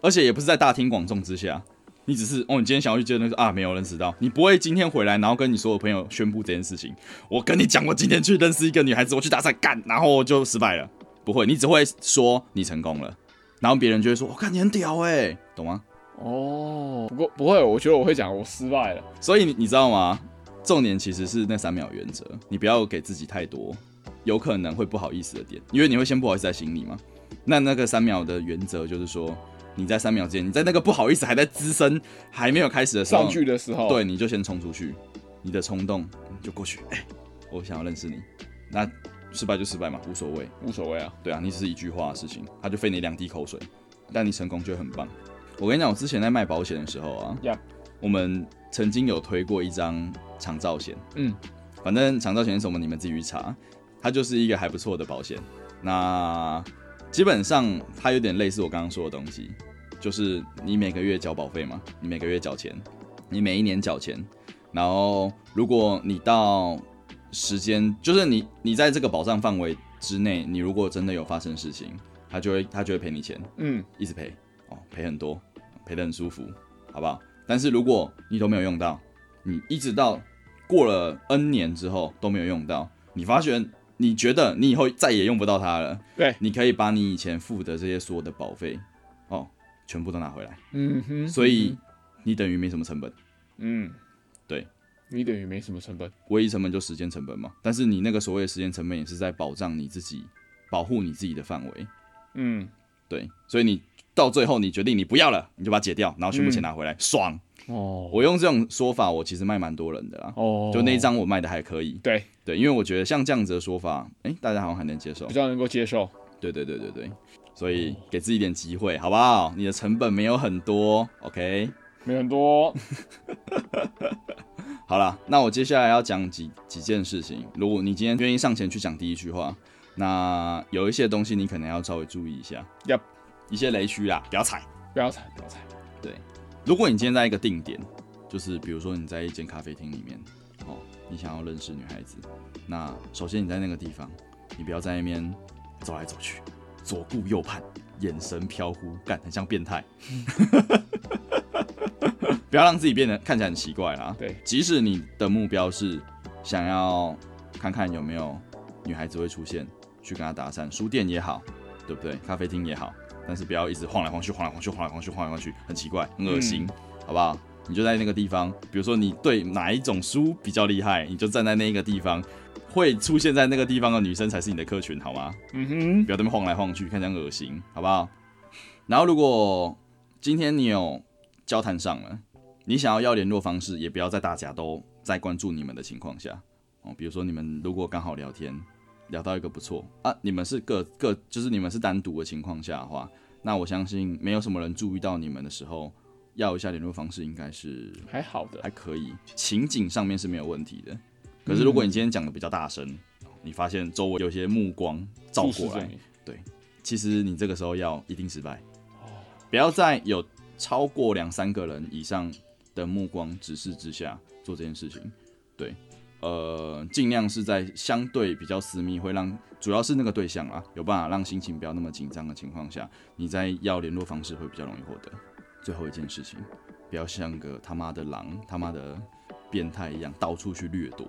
而且也不是在大庭广众之下，你只是哦，你今天想要去接那个啊，没有认识到，你不会今天回来然后跟你所有朋友宣布这件事情。我跟你讲，我今天去认识一个女孩子，我去搭讪干，然后就失败了。不会，你只会说你成功了，然后别人就会说，我、看你很屌哎、懂吗？
哦，不过不会，我觉得我会讲我失败了。
所以你你知道吗？重点其实是那三秒原则，你不要给自己太多有可能会不好意思的点，因为你会先不好意思在心里嘛。那那个三秒的原则就是说，你在三秒之间，你在那个不好意思还在滋生还没有开始的时候
上，去的时候，
哦对，你就先冲出去，你的冲动就过去。哎、我想要认识你，那失败就失败嘛，无所谓。
无所谓啊。
对啊，你只是一句话的事情，他就费你两滴口水，但你成功就很棒。我跟你讲，我之前在卖保险的时候啊
Yup
我们曾经有推过一张长照险，
嗯，
反正长照险是什么，你们自己去查，它就是一个还不错的保险。那基本上它有点类似我刚刚说的东西，就是你每个月缴保费嘛，你每个月缴钱，你每一年缴钱，然后如果你到时间，就是你你在这个保障范围之内，你如果真的有发生事情，他就会他就会赔你钱，
嗯，
一直赔哦，赔很多，赔得很舒服，好不好？但是如果你都没有用到，你一直到过了 N 年之后都没有用到，你发觉你觉得你以后再也用不到它了，
对，
你可以把你以前付的这些所有的保费哦，全部都拿回来，
嗯哼，
所以你等于没什么成本。
嗯，
对，
你等于没什么成本，
唯一成本就时间成本嘛，但是你那个所谓的时间成本也是在保障你自己、保护你自己的范围，
嗯，
对，所以你到最后你决定你不要了，你就把它解掉，然后全部钱拿回来，爽！
哦，
我用这种说法，我其实卖蛮多人的啦，
哦，
就那一张我卖的还可以，
对，
对，因为我觉得像这样子的说法，哎、大家好像还能接受
比，较能够接受，
对对对对对，所以给自己一点机会，好不好？你的成本没有很多，OK，
没很多，
好啦，那我接下来要讲几几件事情。如果你今天愿意上前去讲第一句话，那有一些东西你可能要稍微注意一下。
Yep
一些雷区啦，不要踩。
不要踩，不要踩，
如果你今天在一个定点，就是比如说你在一间咖啡厅里面，哦，你想要认识女孩子，那首先你在那个地方，你不要在那边走来走去，左顾右盼，眼神飘忽，干很像变态。 不要让自己变得看起来很奇怪啦。
对，
即使你的目标是想要看看有没有女孩子会出现，去跟她搭讪，书店也好，对不对？咖啡厅也好，但是不要一直晃来晃去，晃来晃去，晃来晃去，晃来晃去，很奇怪，很恶心，好不好？你就在那个地方，比如说你对哪一种书比较厉害，你就站在那个地方，会出现在那个地方的女生才是你的客群，好吗？
嗯哼，
不要在那边晃来晃去，看起来很恶心，好不好？然后如果今天你有交谈上了，你想要要联络方式，也不要在大家都在关注你们的情况下哦。比如说你们如果刚好聊天，聊到一个不错啊，你们是各各就是你们是单独的情况下的话，那我相信没有什么人注意到你们的时候，要一下联络方式应该是
还好的，
还可以，情景上面是没有问题的。可是如果你今天讲的比较大声，你发现周围有些目光照
注视
过
着
来，
你，
其实你这个时候要一定失败，不要在有超过两三个人以上的目光直视之下做这件事情。对，呃，尽量是在相对比较私密，会让主要是那个对象啊，有办法让心情不要那么紧张的情况下，你在要联络方式会比较容易获得。最后一件事情，不要像个他妈的狼、他妈的变态一样到处去掠夺。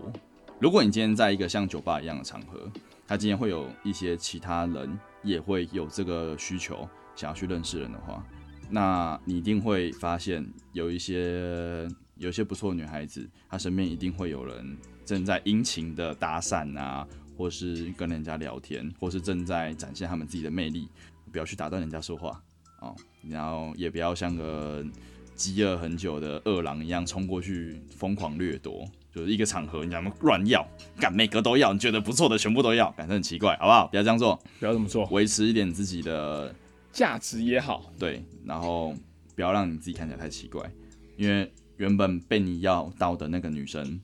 如果你今天在一个像酒吧一样的场合，他今天会有一些其他人也会有这个需求，想要去认识人的话，那你一定会发现有一些有一些不错的女孩子，她身边一定会有人正在殷勤的搭讪啊，或是跟人家聊天，或是正在展现他们自己的魅力，不要去打断人家说话哦，然后也不要像个饥饿很久的饿狼一样冲过去疯狂掠夺。就是一个场合，你他妈乱要，干每个都要，你觉得不错的全部都要，感觉很奇怪，好不好？不要这样做，
不要这么做，
维持一点自己的
价值也好，
对，然后不要让你自己看起来太奇怪，因为原本被你要到的那个女生，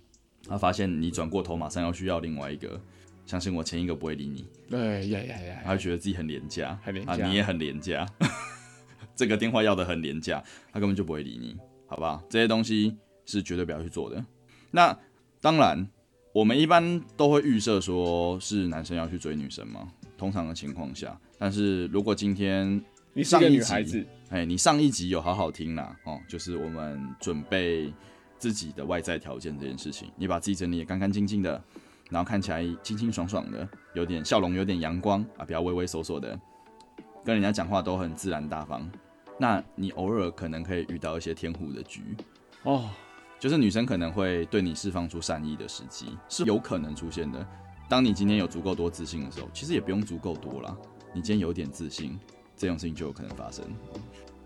她发现你转过头马上要去要另外一个，相信我，前一个不会理你，
哎呀呀
她
呀，
会觉得自己很廉价，
很廉
啊，
价
你也很廉价， 这个电话要的很廉价，她根本就不会理你，好不好？这些东西是绝对不要去做的。那当然，我们一般都会预设说是男生要去追女生嘛，通常的情况下，但是如果今天
你是一个
上一
女孩
集
子，
哎，你上一集有好好听啦，哦，就是我们准备自己的外在条件这件事情，你把自己整理的干干净净的，然后看起来清清爽爽的，有点笑容，有点阳光啊，不要畏畏缩缩的，跟人家讲话都很自然大方。那你偶尔可能可以遇到一些天赋的局，
哦，
就是女生可能会对你释放出善意的时机，是有可能出现的。当你今天有足够多自信的时候，其实也不用足够多啦，你今天有点自信，这种事情就有可能发生。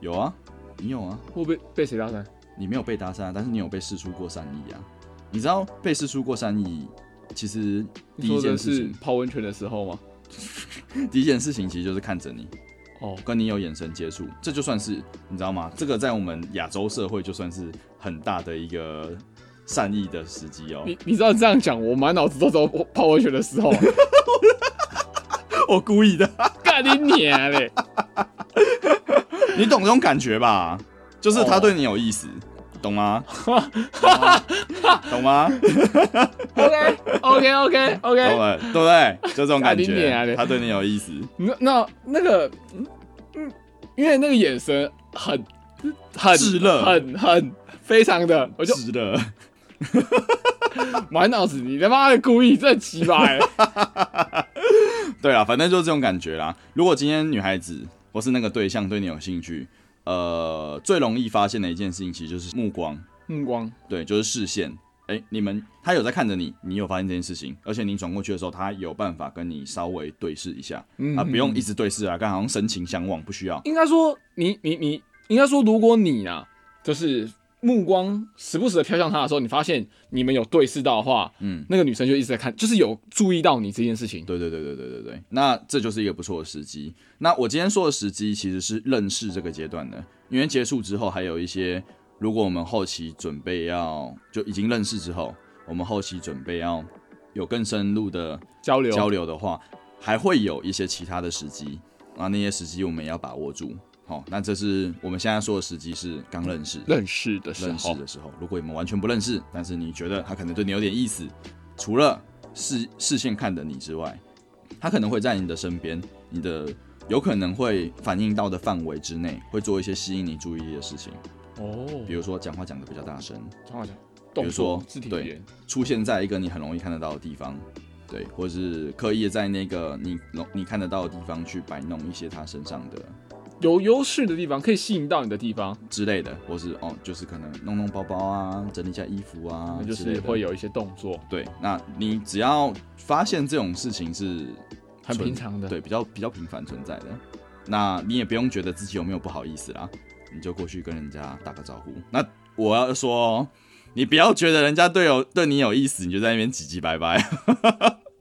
有啊，你有啊，
会被被谁搭讪？
你没有被搭讪啊，但是你有被试出过善意啊。你知道被试出过善意，啊其实第一
说
件
的
事
是
情，
泡温泉的时候吗？
第一件事情其实就是看着你，
哦，
跟你有眼神接触，这就算是你知道吗？这个在我们亚洲社会就算是很大的一个善意的时机哦。
你你知道这样讲，我满脑子都是我泡温泉的时候， 啊
我故意的。
干你娘嘞！
你懂这种感觉吧？就是他对你有意思，懂吗？懂吗？
OK OK OK
懂
OK，
了，对不对？就这种感
干你娘
觉，
的
他对你有意思，
那那那个，嗯嗯，因为那个眼神很很
炙热
很很非常的，我就是
的，
满脑子你他妈的故意，这很 奇葩欸。
对啊，反正就是这种感觉啦。如果今天女孩子或是那个对象对你有兴趣，呃，最容易发现的一件事情其实就是目嗯光，
目光
对，就是视线。哎、你们他有在看着你，你有发现这件事情，而且你转过去的时候，他有办法跟你稍微对视一下、
嗯
啊，不用一直对视啊，刚好像深情相望，不需要。
应该说你你你应该说，如果你啊，就是目光时不时的飘向他的时候，你发现你们有对视到的话，
嗯，
那个女生就一直在看，就是有注意到你这件事情。
对对对对对对对，那这就是一个不错的时机。那我今天说的时机其实是认识这个阶段的，因为结束之后还有一些，如果我们后期准备要就已经认识之后，我们后期准备要有更深入的
交流
交流的话，还会有一些其他的时机啊，那些时机我们也要把握住。好、那这是我们现在说的时机是刚认识，
认识的时
认识
候，
的时候，如果你们完全不认识，但是你觉得他可能对你有点意思，除了视视线看着你之外，他可能会在你的身边，你的有可能会反映到的范围之内，会做一些吸引你注意力的事情，
哦
比如说讲话讲的比较大声，
讲话讲，
比如
动
说
作肢体
对
语言，
出现在一个你很容易看得到的地方，对，或是刻意地在那个你你看得到的地方去摆弄一些他身上的
有优势的地方，可以吸引到你的地方，
之类的，或是哦，就是可能弄弄包包啊，整理一下衣服啊
那
之类的，
就是会有一些动作，
对，那你只要发现这种事情是
很
存
平常的。，
对比较比较频繁存在的，那你也不用觉得自己有没有不好意思啦，你就过去跟人家打个招呼。那我要说、哦，你不要觉得人家对有对你有意思，你就在那边唧唧拜拜，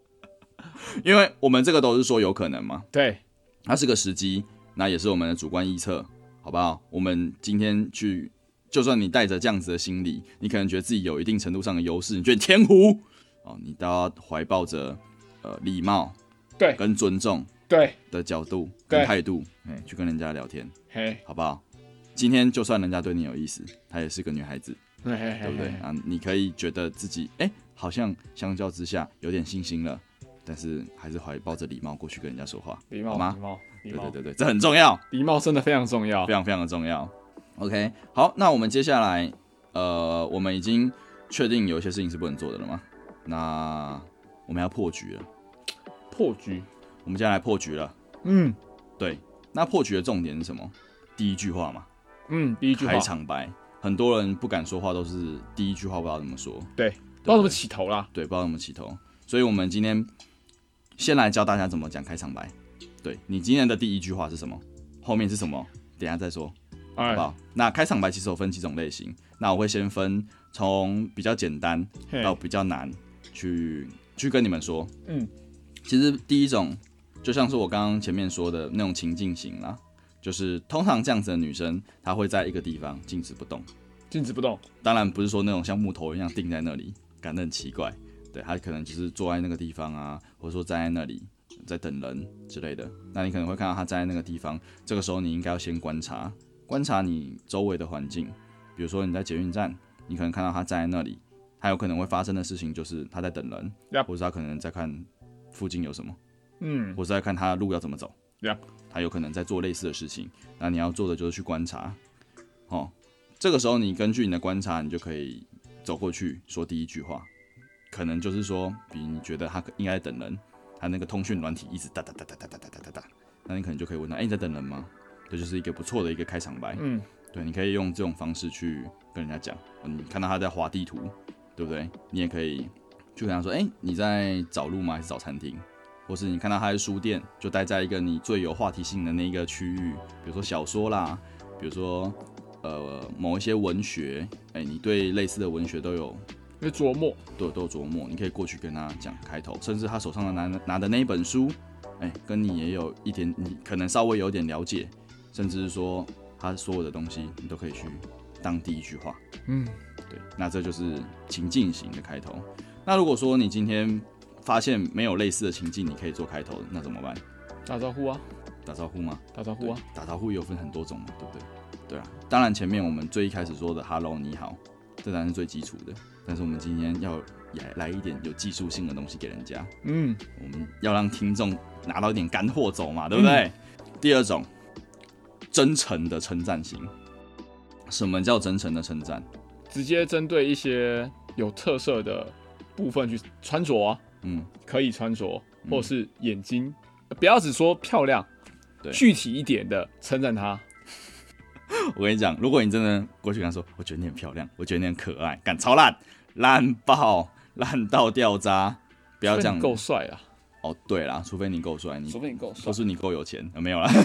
因为我们这个都是说有可能嘛，
对，
它是个时机，那也是我们的主观臆测，好不好？我们今天去，就算你带着这样子的心理，你可能觉得自己有一定程度上的优势，你觉得天胡哦，你都要怀抱着呃礼貌
对，
跟尊重
对，
的角度
对
跟态度，哎，去跟人家聊天，
嘿，
好不好？今天就算人家对你有意思，她也是个女孩子，
嘿嘿
对
嘿
不对
嘿，
啊？你可以觉得自己哎、好像相较之下有点信心了，但是还是怀抱着礼貌过去跟人家说话，
礼
好
貌，
吗？
礼貌，礼
对
貌
对，对对，这很重要。
礼貌真的非常重要
非。常非常的重要。OK，好，那我们接下来，呃，我们已经确定有一些事情是不能做的了嘛？那我们要破局了，
破局，
我们接下来破局了。
嗯
对，那破局的重点是什么？第一句话嘛，
嗯，第一句话
开场白，很多人不敢说话，都是第一句话不知道怎么说，
对，不知道怎么起头啦。
对，不知道怎么起头。所以我们今天先来教大家怎么讲开场白。对你今天的第一句话是什么？后面是什么？等一下再说。好
哎
不，好？那开场白其实有分几种类型，那我会先分从比较简单
嘿
到比较难去去跟你们说。
嗯，
其实第一种就像是我刚刚前面说的那种情境型啦，就是通常这样子的女生，她会在一个地方静止不动。
静止不动，
当然不是说那种像木头一样定在那里，感觉很奇怪。对，她可能就是坐在那个地方啊，或者说站在那里在等人之类的。那你可能会看到她站在那个地方，这个时候你应该要先观察，观察你周围的环境。比如说你在捷运站，你可能看到她站在那里，她有可能会发生的事情就是她在等人
Yup
或者她可能在看附近有什么。
嗯，
我是在看他的路要怎么走。
Yeah
他有可能在做类似的事情，那你要做的就是去观察。哦，这个时候你根据你的观察，你就可以走过去说第一句话，可能就是说，比你觉得他应该在等人，他那个通讯软体一直哒哒哒哒哒哒哒哒哒，那你可能就可以问他，哎、你在等人吗？这就是一个不错的一个开场白。
嗯，
对，你可以用这种方式去跟人家讲，嗯你看到他在划地图，对不对？你也可以就跟他说，哎、你在找路吗？还是找餐厅？或是你看到他在书店，就待在一个你最有话题性的那一个区域，比如说小说啦，比如说呃某一些文学，哎、你对类似的文学都有
就琢磨，
都有都有琢磨，你可以过去跟他讲开头，甚至他手上的拿拿的那一本书，哎、跟你也有一点，你可能稍微有点了解，甚至是说他所有的东西，你都可以去当第一句话。
嗯，
对，那这就是情境型的开头。那如果说你今天发现没有类似的情境，你可以做开头，那怎么办？
打招呼啊，
打招呼吗？
打招呼
对
啊，，
打招呼也有分很多种嘛，对不对？对啊，当然前面我们最一开始
嗯
说的 “hello 你好”，这当然是最基础的，但是我们今天要来来一点有技术性的东西给人家，
嗯，
我们要让听众拿到一点干货走嘛，对不对？第二种，真诚的称赞型。什么叫真诚的称赞？
直接针对一些有特色的部分去穿着啊，
嗯，
可以穿着，或是眼睛，呃不要只说漂亮，
对
具体一点的称赞她。
我跟你讲，如果你真的过去跟他说，我觉得你很漂亮，我觉得你很可爱，干超烂，烂爆，烂到掉渣，不要这
虽然
样
你。够帅啊，
哦，对啦，除非你够帅，你
除非你够
都
帅，
是你够有钱，呃、没有啦。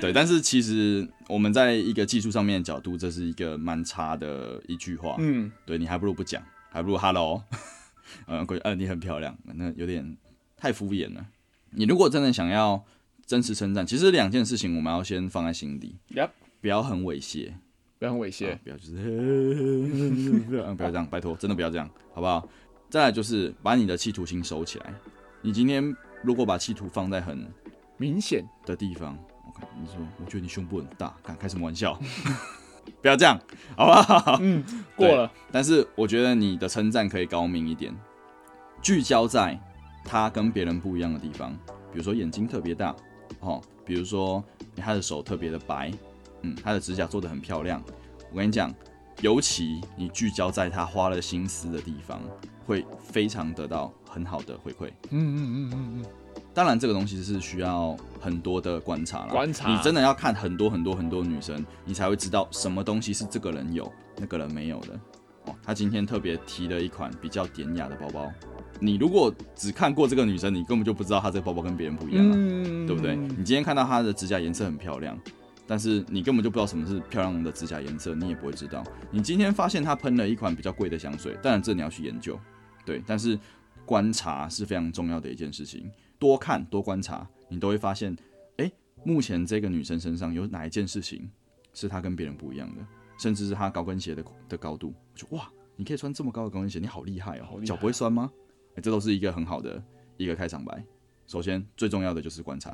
对，但是其实我们在一个技术上面的角度，这是一个蛮差的一句话。
嗯，
对你还不如不讲，还不如 hello，嗯，过去，呃，你很漂亮，那有点太敷衍了。你如果真的想要真实称赞，其实两件事情我们要先放在心底，
Yep
不要很猥亵，
不要很猥亵
啊，不要就是 嗯不要不要这样，拜托，真的不要这样，好不好？再来就是把你的企图心收起来。你今天如果把企图放在很
明显
的地方，我看你说，我觉得你胸部很大，敢开什么玩笑？ 不要这样，好不好？
过
对
了，
但是我觉得你的称赞可以高明一点，聚焦在他跟别人不一样的地方，比如说眼睛特别大，哦，比如说他的手特别的白，嗯，他的指甲做的很漂亮。我跟你讲，尤其你聚焦在他花了心思的地方，会非常得到很好的回馈。
嗯嗯嗯嗯嗯，
当然，这个东西是需要很多的观察啦。
观察
你真的要看很多很多很多女生，你才会知道什么东西是这个人有，那个人没有的。哦，他今天特别提了一款比较典雅的包包。你如果只看过这个女生，你根本就不知道她这个包包跟别人不一样啊，
嗯
对不对？你今天看到她的指甲颜色很漂亮，但是你根本就不知道什么是漂亮的指甲颜色，你也不会知道。你今天发现她喷了一款比较贵的香水，当然这你要去研究，对，但是观察是非常重要的一件事情。多看多观察，你都会发现，诶，目前这个女生身上有哪一件事情是她跟别人不一样的，甚至是她高跟鞋的的高度，我就哇，你可以穿这么高的高跟鞋，你好厉害哦
好厉，害
脚不会酸吗？诶，这都是一个很好的一个开场白。首先，最重要的就是观察。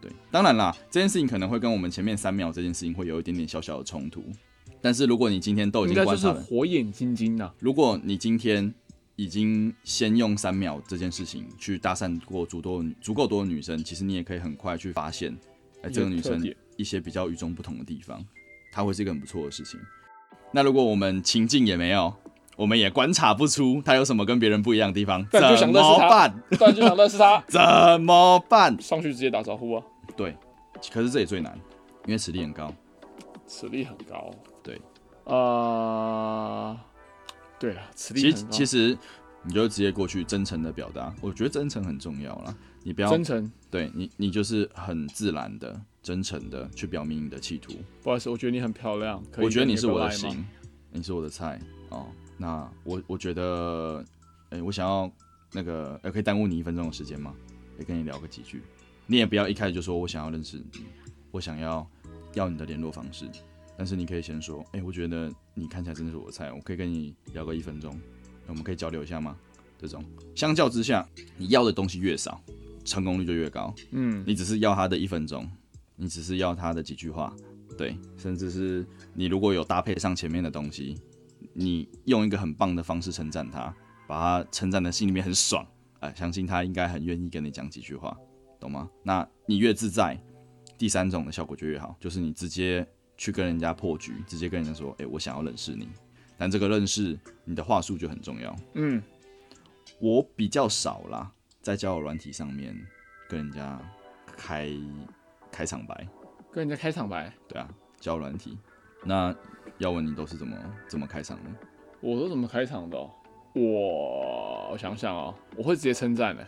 对，当然啦，这件事情可能会跟我们前面三秒这件事情会有一点点小小的冲突，但是如果你今天都已
应
经
该就
观
是
察了，
火眼金睛啊 呐、
如果你今天已经先用三秒这件事情去搭讪过足多女足够多的女生，其实你也可以很快去发现，哎、这个女
特
生
点
一些比较与众不同的地方，它会是一个很不错的事情。那如果我们情境也没有，我们也观察不出她有什么跟别人不一样的地方，
但就
怎
想认识
么
她
办？，
不然就想认识他
怎么办？
上去直接打招呼啊，
对，可是这也最难，因为实力很高。
实力很高。
对，
呃，对了，实力
其
很
实
高，
其实你就直接过去真诚的表达，我觉得真诚很重要啦。你不要
真诚。
对你，你就是很自然的、真诚的去表明你的企图。
不好意思，我觉得你很漂亮，可以
我觉得你
跟
是我的
goodbye 吗
心，你是我的菜哦。那我我觉得，哎、我想要那个，呃，可以耽误你一分钟的时间吗？可以跟你聊个几句。你也不要一开始就说我想要认识你，我想要要你的联络方式。但是你可以先说，哎、我觉得你看起来真的是我的菜，我可以跟你聊个一分钟，我们可以交流一下吗？这种相较之下，你要的东西越少，成功率就越高。
嗯，
你只是要他的一分钟，你只是要他的几句话，对，甚至是你如果有搭配上前面的东西，你用一个很棒的方式称赞他，把他称赞的心里面很爽，哎、相信他应该很愿意跟你讲几句话，懂吗？那你越自在，第三种的效果就越好，就是你直接去跟人家破局，直接跟人家说，哎、我想要认识你，但这个认识你的话术就很重要。
嗯，
我比较少啦，在交友软体上面跟人家开开场白，
跟人家开场白，
对啊，交友软体。那要问你都是怎么怎么开场的？
我都怎么开场的哦、我我想想哦，我会直接称赞的，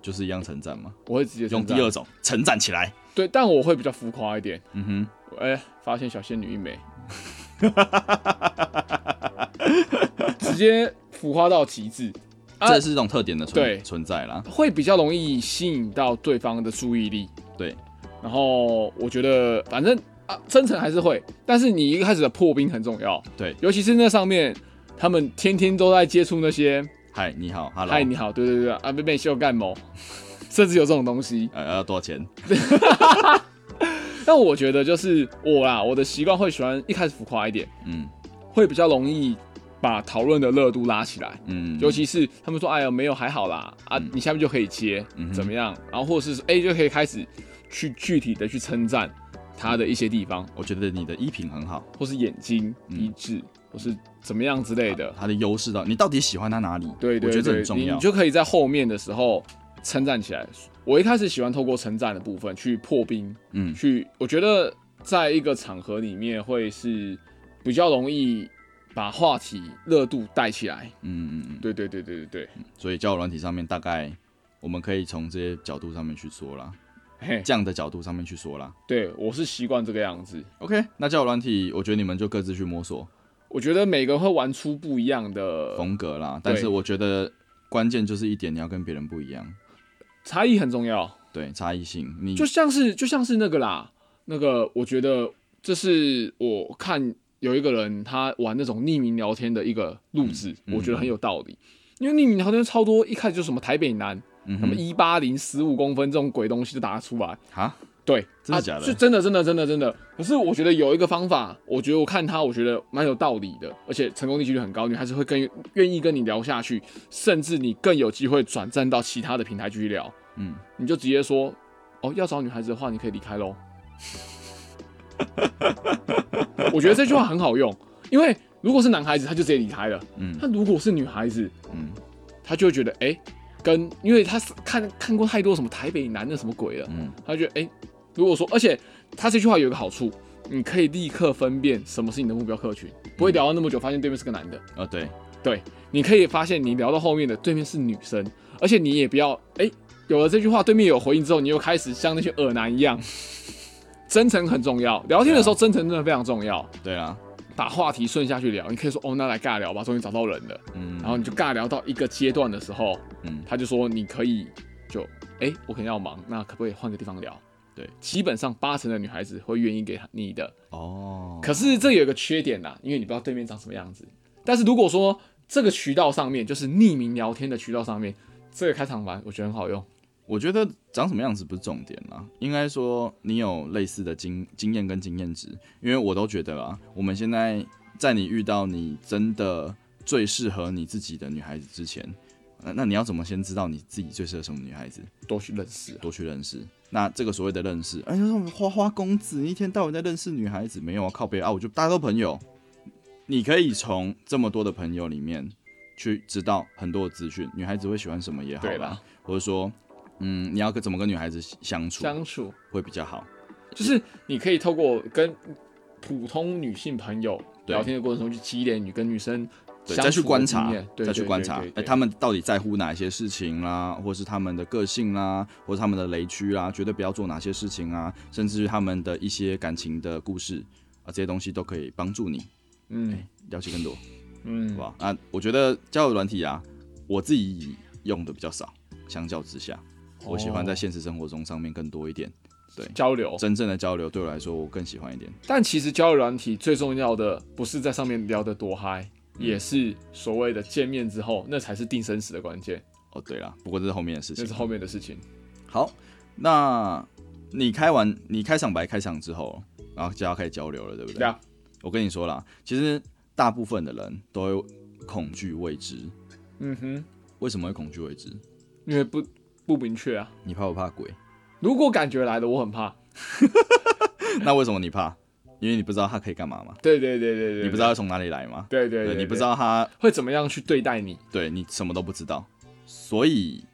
就是一样称赞嘛，
我会直接称
用
赞
第二种称赞起来。
对，但我会比较浮夸一点。
嗯
哎、发现小仙女 一枚，直接浮夸到极致，
哼，
啊
这是一种特点的存、
对
存在啦。
会比较容易吸引到对方的注意力。
对，
然后我觉得反正啊，真诚还是会，但是你一开始的破冰很重要。
对
尤其是那上面，他们天天都在接触那些
嗨，你好
“
，hello，
嗨，你好”，对对对，啊，被 被秀干某，甚至有这种东西。
呃，要多少钱？
但我觉得就是我啦，我的习惯会喜欢一开始浮夸一点，
嗯
会比较容易把讨论的热度拉起来。
嗯，
尤其是他们说“哎呀，没有还好啦”啊，
嗯
你下面就可以接、
嗯哼
怎么样？然后或者是哎、就可以开始去具体的去称赞他的一些地方，
我觉得你的衣品很好，
或是眼睛、
嗯
一致，或是怎么样之类的。
它的优势到你到底喜欢它哪里？
对对
我觉得这
对
很，重
你
要
你。就可以在后面的时候称赞起来。我一开始喜欢透过称赞的部分去破冰，
嗯
去我觉得在一个场合里面会是比较容易把话题热度带起来。
嗯嗯嗯，
对对对对对对，
所以交友软体上面大概我们可以从这些角度上面去说啦，
嘿，
这样的角度上面去说啦。
对我是习惯这个样子。
OK，那交友软体，我觉得你们就各自去摸索
我觉得每个人会玩出不一样的
风格啦。但是
对
我觉得关键就是一点，你要跟别人不一样，
差异很重要，
对差异性。你
就像是就像是那个啦，那个我觉得这是我看有一个人他玩那种匿名聊天的一个录制，
嗯嗯
我觉得很有道理，因为匿名聊天超多，一开始就什么台北男，
嗯
什么
哼，
一八零十五公分这种鬼东西就打出来，
哈，
对，
真的假的
啊？是真的，真的，真的，真的。可是我觉得有一个方法，我觉得我看他，我觉得蛮有道理的，而且成功率几率很高，女孩子会更愿意跟你聊下去，甚至你更有机会转战到其他的平台去聊。
嗯，
你就直接说，哦，要找女孩子的话，你可以离开 喽。我觉得这句话很好用，因为如果是男孩子，他就直接离开了；
嗯
他如果是女孩子，
嗯
他就会觉得，哎、跟因为他是看看过太多什么台北男的什么鬼了。
嗯
他就觉得哎、诶如果说，而且他这句话有一个好处，你可以立刻分辨什么是你的目标客群，不会
嗯
聊到那么久，发现对面是个男的。
啊，对，
对，你可以发现你聊到后面的对面是女生，而且你也不要哎、诶有了这句话，对面有回应之后，你又开始像那些恶男一样， 真诚很重要。聊天的时候，真诚真的非常重要。
对啦，
把话题顺下去聊，你可以说哦，那来尬聊吧，终于找到人了。
嗯，
然后你就尬聊到一个阶段的时候，
嗯
他就说你可以就哎、我可能要忙，那可不可以换个地方聊？
对，
基本上八成的女孩子会愿意给他你的。
哦，
可是这有一个缺点呐、因为你不知道对面长什么样子。但是如果说这个渠道上面，就是匿名聊天的渠道上面，这个开场白我觉得很好用。
我觉得长什么样子不是重点啦，应该说你有类似的经经验跟经验值，因为我都觉得啊，我们现在在你遇到你真的最适合你自己的女孩子之前，那那你要怎么先知道你自己最适合什么女孩子？
多去认识啊、
多去认识。那这个所谓的认识，哎，就是我们花花公子，你一天到晚在认识女孩子，没有啊？靠别啊，我就大家都朋友，你可以从这么多的朋友里面去知道很多的资讯，女孩子会喜欢什么也好
对
啦
啦，
或者说，嗯，你要跟怎么跟女孩子相处
相处，
会比较好？
就是你可以透过跟普通女性朋友
对
聊天的过程中去积累你跟女生
对，
相处
再去
的
观
经
察
验，对
再去
对
观
对
察
对，
哎，
对
他们到底在乎哪些事情啦，或是他们的个性啦，或是他们的雷区啦，绝对不要做哪些事情啊，甚至于他们的一些感情的故事啊，这些东西都可以帮助你
嗯
了解更多。
嗯
好吧？那我觉得交友软体啊，我自己用的比较少，相较之下，
哦
我喜欢在现实生活中上面更多一点。
交流，
真正的交流对我来说，我更喜欢一点。
但其实交友软体最重要的不是在上面聊得多嗨，
嗯
也是所谓的见面之后，那才是定生死的关键，
哦，对了，不过这是后面的事
那
情
是。后面的事情。
好，那你开完你开场白开场之后，然后就要开始交流了，对不对？
对啊，
我跟你说啦，其实大部分的人都会恐惧未知。
嗯哼，
为什么会恐惧未知？
因为不不明确啊。
你怕不怕 鬼？
如果感觉来了，我很怕。
那为什么你怕？因为你不知道他可以干嘛嘛，
对对对对对，
你不知道他从哪里来嘛，
对，对对
对，
对，
你不知道他
会怎么样去对待你。
对你什么都不知道，所以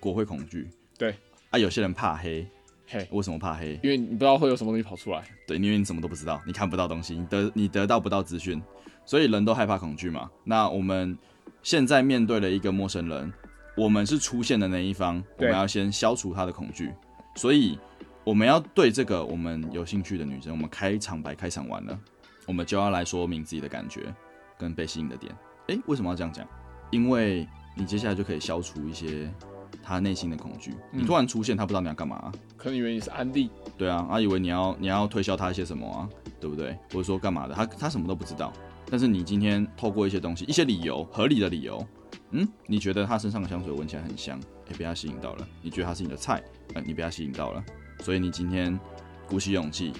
国会恐惧。
对
啊，有些人怕黑，
嘿，
为什么怕黑？
因为你不知道会有什么东西跑出来。
对，因为你什么都不知道，你看不到东西，你得你得到不到资讯，所以人都害怕恐惧嘛。那我们现在面对了一个陌生人，我们是出现的那一方，我
对
们要先消除他的恐惧，所以我们要对这个我们有兴趣的女生，我们开场白开场完了，我们就要来说明自己的感觉跟被吸引的点。诶，为什么要这样讲？因为你接下来就可以消除一些他内心的恐惧。你突然出现，他不知道你要干嘛啊、
可能以为你是安利，
对啊，他以为你要你要推销他一些什么啊，对不对？或者说干嘛的，他他什么都不知道。但是你今天透过一些东西，一些理由，合理的理由，嗯，你觉得他身上的香水闻起来很香，哎、被他吸引到了；你觉得他是你的菜，呃，你被他吸引到了。所以你今天鼓起勇气，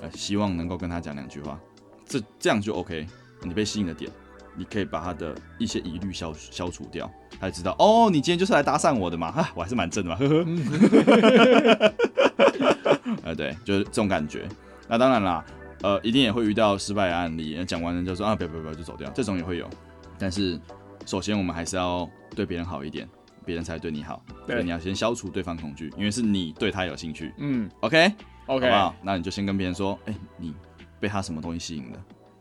呃，希望能够跟他讲两句话，这这样就 OK。你被吸引的点，你可以把他的一些疑虑消消除掉，他就知道哦，你今天就是来搭讪我的嘛，哈，我还是蛮正的嘛，呵呵。呃，对，就是这种感觉。那当然啦，呃，一定也会遇到失败的案例，讲完了就说啊，不要不要不要就走掉，这种也会有。但是首先我们还是要对别人好一点，别人才对你好。
对
所以你要先消除对方恐惧，因为是你对他有兴趣。
嗯
OK，
，OK，
好不好？那你就先跟别人说，哎、你被他什么东西吸引了？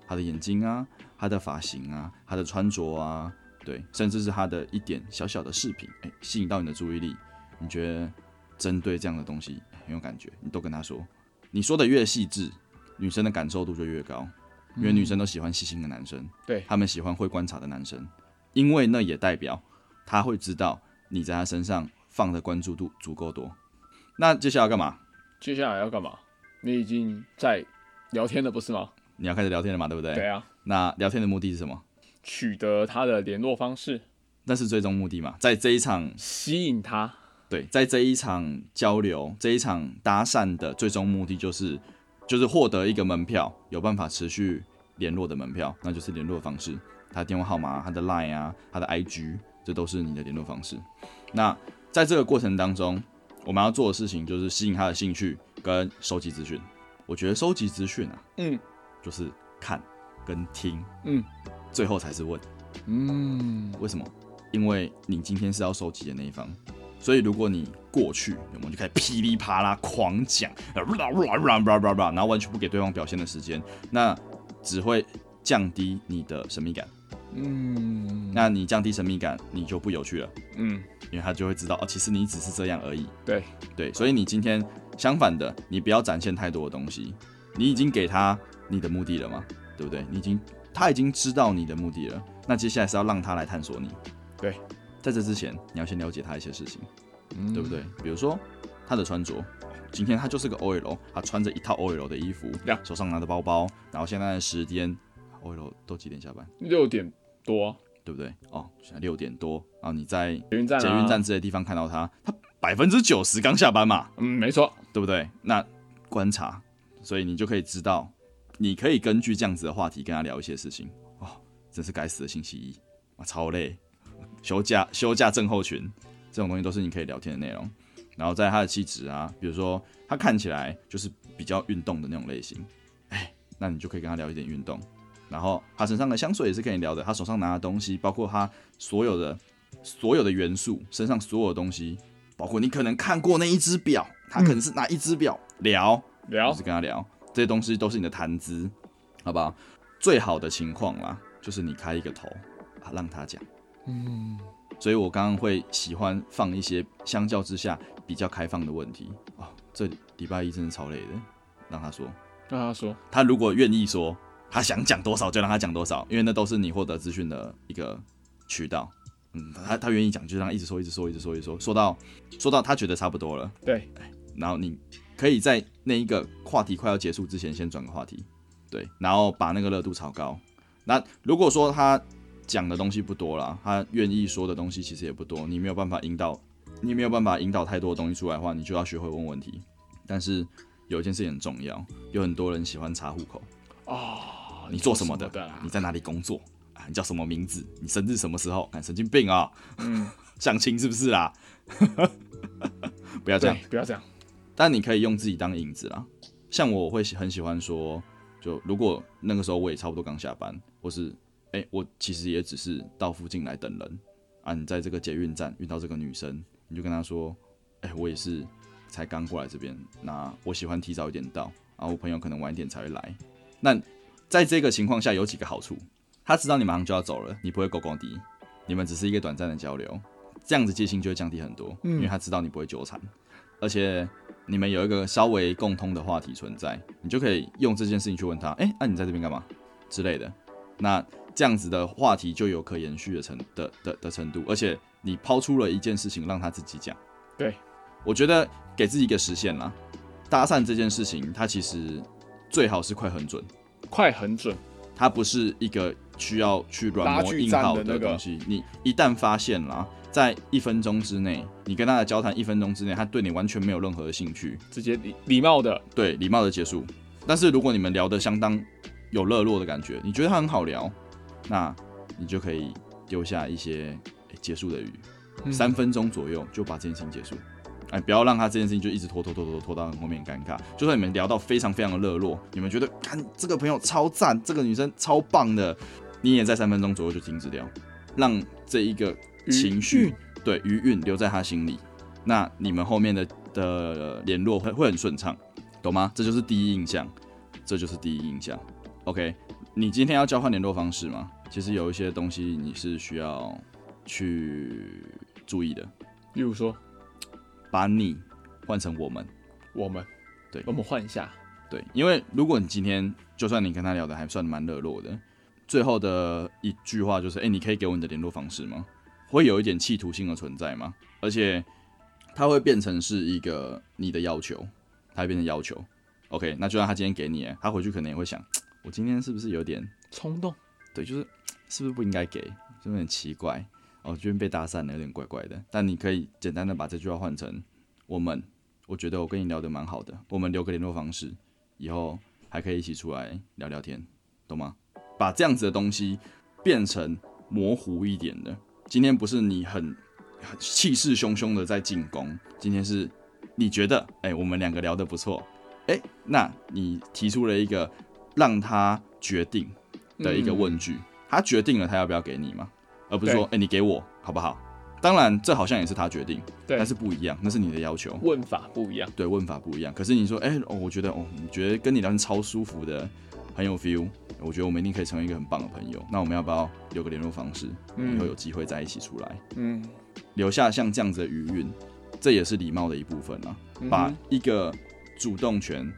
他的眼睛啊，他的发型啊，他的穿着啊，对，甚至是他的一点小小的饰品，哎、吸引到你的注意力。你觉得针对这样的东西哎很有感觉，你都跟他说，你说的越细致，女生的感受度就越高，因为女生都喜欢细心的男生，
嗯对
他们喜欢会观察的男生，因为那也代表他会知道你在他身上放的关注度足够多。那接下来要干嘛？
接下来要干嘛？你已经在聊天了，不是吗？
你要开始聊天了嘛，对不对？
对啊，
那聊天的目的是什么？
取得他的联络方式，
那是最终目的嘛？在这一场
吸引他。
对，在这一场交流、这一场搭讪的最终目的就是，就是获得一个门票，有办法持续联络的门票，那就是联络方式，他的电话号码啊、他的 Line 啊、他的 IG，这都是你的联络方式。那在这个过程当中，我们要做的事情就是吸引他的兴趣跟收集资讯。我觉得收集资讯啊，
嗯，
就是看跟听，
嗯，
最后才是问。
嗯，
为什么？因为你今天是要收集的那一方，所以如果你过去，我们就开始噼里啪啦狂讲，呃啦啦啦啦啦啦，然后完全不给对方表现的时间，那只会降低你的神秘感。
嗯，
那你降低神秘感，你就不有趣了，
嗯，
因为他就会知道哦，其实你只是这样而已。
对，
对，所以你今天相反的，你不要展现太多的东西，你已经给他你的目的了嘛，对不对？你已经他已经知道你的目的了，那接下来是要让他来探索你。
对，
在这之前，你要先了解他一些事情，
嗯
对不？对？比如说他的穿着，今天他就是个 OL，他穿着一套 OL 的衣服
Yeah
手上拿着包包，然后现在的时间，OL 都几点下班？
嗯六点多，
对不对？哦，现在六点多，然后你在
捷运站、啊，
捷运站，之类的地方看到他，他百分之九十刚下班嘛，
嗯，没错，
对不对？那观察，所以你就可以知道，你可以根据这样子的话题跟他聊一些事情。哦，真是该死的星期一，啊，超累，休假休假症候群，这种东西都是你可以聊天的内容。然后在他的气质啊，比如说他看起来就是比较运动的那种类型，哎，那你就可以跟他聊一点运动。然后他身上的香水也是可以聊的，他手上拿的东西，包括他所有的所有的元素，身上所有的东西，包括你可能看过那一只表，他可能是哪一只表、聊，
聊
就是跟他聊这些东西都是你的谈资，好不好？最好的情况啦，就是你开一个头啊，让他讲。嗯，所以我刚刚会喜欢放一些相较之下比较开放的问题哦。这礼拜一真的超累的，让他说，
让他说，
他如果愿意说，他想讲多少就让他讲多少，因为那都是你获得资讯的一个渠道。嗯，他他愿意讲，就让他一直说，一直说，一直说，一直说，说到说到他觉得差不多了，哎
对，
然后你可以在那一个话题快要结束之前先转个话题，对，然后把那个热度炒高。那如果说他讲的东西不多啦，他愿意说的东西其实也不多，你没有办法引导，你没有办法引导太多的东西出来的话，你就要学会问问题。但是有一件事情很重要，有很多人喜欢查户口，
哦，
你做什么的？
你做什么的啊
你在哪里工作？啊，你叫什么名字？你生日什么时候？啊，神经病啊、 相亲是不是啦？ 不要这样。
对，不要这样，
但你可以用自己当引子啦。像我会喜很喜欢说，就如果那个时候我也差不多刚下班，或是哎、诶我其实也只是到附近来等人啊。你在这个捷运站遇到这个女生，你就跟她说，哎、我也是才刚过来这边，那我喜欢提早一点到，啊，我朋友可能晚一点才会来。那在这个情况下有几个好处，他知道你马上就要走了，你不会狗狗敌，你们只是一个短暂的交流，这样子戒心就会降低很多，因为他知道你不会纠缠，而且你们有一个稍微共通的话题存在，你就可以用这件事情去问他，哎、那、你在这边干嘛之类的。那这样子的话题就有可延续的程的的的程度，而且你抛出了一件事情让他自己讲。
对，
我觉得给自己一个实现啦。搭讪这件事情，它其实最好是快很准，
快很准，
它不是一个需要去软
拉
磨
锯
硬
战
耗
的那个
东西，你一旦发现啦，在一分钟之内，你跟他的交谈一分钟之内，他对你完全没有任何的兴趣，
直接礼礼貌的
对，礼貌的结束。但是如果你们聊得相当有热络的感觉，你觉得他很好聊，那你就可以丢下一些、诶结束的语，
嗯
三分钟左右就把这件事情结束。哎，不要让他这件事情就一直拖拖拖拖拖到很后面很尴尬。就算你们聊到非常非常的热络，你们觉得看这个朋友超赞，这个女生超棒的，你也在三分钟左右就停止掉，让这一个
余
情绪
韵
对余韵留在他心里，那你们后面的的联络会会很顺畅，懂吗？这就是第一印象，这就是第一印象。OK，你今天要交换联络方式吗？其实有一些东西你是需要去注意的，
例如说
把你换成我们，
我们，
对
我们换一下，
对，因为如果你今天就算你跟他聊的还算蛮热络的，最后的一句话就是，哎、你可以给我你的联络方式吗？会有一点企图性的存在吗？而且它会变成是一个你的要求，它会变成要求。OK，那就算他今天给你，他回去可能也会想，我今天是不是有点
冲动，
对，就是是不是不应该给，就有点奇怪哦，居然被搭讪了，有点怪怪的。但你可以简单的把这句话换成我们，我觉得我跟你聊得蛮好的，我们留个联络方式，以后还可以一起出来聊聊天，懂吗？把这样子的东西变成模糊一点的。今天不是你很很气势汹汹的在进攻，今天是你觉得，哎、我们两个聊得不错，哎、那你提出了一个让他决定，的一个问句，他决定了他要不要给你嘛，而不是说哎、你给我好不好？当然这好像也是他决定，
对
但是不一样，那是你的要求，
问法不一样，
对问法不一样。可是你说哎、哦，我觉得哦，你觉得跟你聊天超舒服的，很有 feel，我觉得我们一定可以成为一个很棒的朋友。那我们要不要留个联络方式，
嗯
以后有机会再一起出来，
嗯，
留下像这样子的余韵，这也是礼貌的一部分啊，
嗯
把一个主动权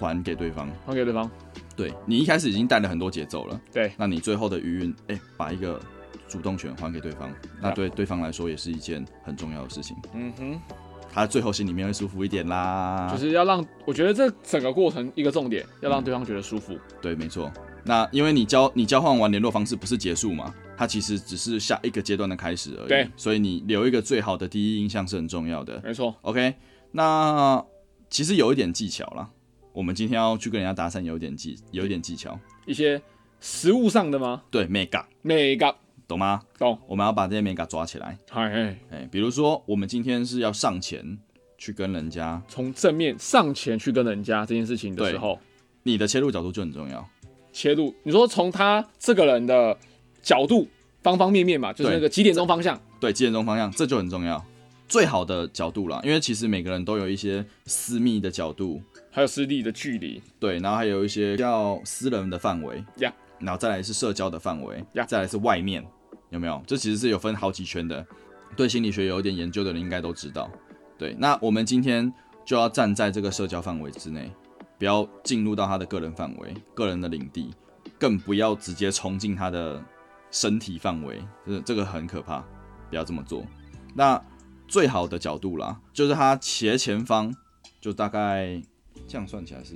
还给对方。
还给对方，
对你一开始已经带了很多节奏了。
对，
那你最后的余韵，哎、把一个主动权还给对方，那对对方来说也是一件很重要的事情，
嗯哼。
他最后心里面会舒服一点啦。
就是要让我觉得这整个过程一个重点，要让对方觉得舒服。
对，没错。那因为你交你交换完联络方式不是结束嘛，它其实只是下一个阶段的开始而已。
对，
所以你留一个最好的第一印象是很重要的。
没错，
OK，那其实有一点技巧啦，我们今天要去跟人家搭讪，有一点技有一点技巧，
一些食物上的吗？
对 mega，
每个
懂吗？
懂，
我们要把这些 mega 抓起来。
哎哎，
哎、比如说我们今天是要上前去跟人家，
从正面上前去跟人家这件事情的时候，
你的切入角度就很重要。
切入，你说从他这个人的角度方方面面嘛，就是
对
那个几点钟方向，
对，几点钟方向，这就很重要。最好的角度啦，因为其实每个人都有一些私密的角度，
还有实力的距离，
对，然后还有一些比较私人的范围
呀
然后再来是社交的范围
呀
再来是外面，有没有？这其实是有分好几圈的。对心理学有一点研究的人应该都知道。对，那我们今天就要站在这个社交范围之内，不要进入到他的个人范围、个人的领地，更不要直接冲进他的身体范围，这这个很可怕，不要这么做。那最好的角度啦，就是他斜前方，就大概这样算起来是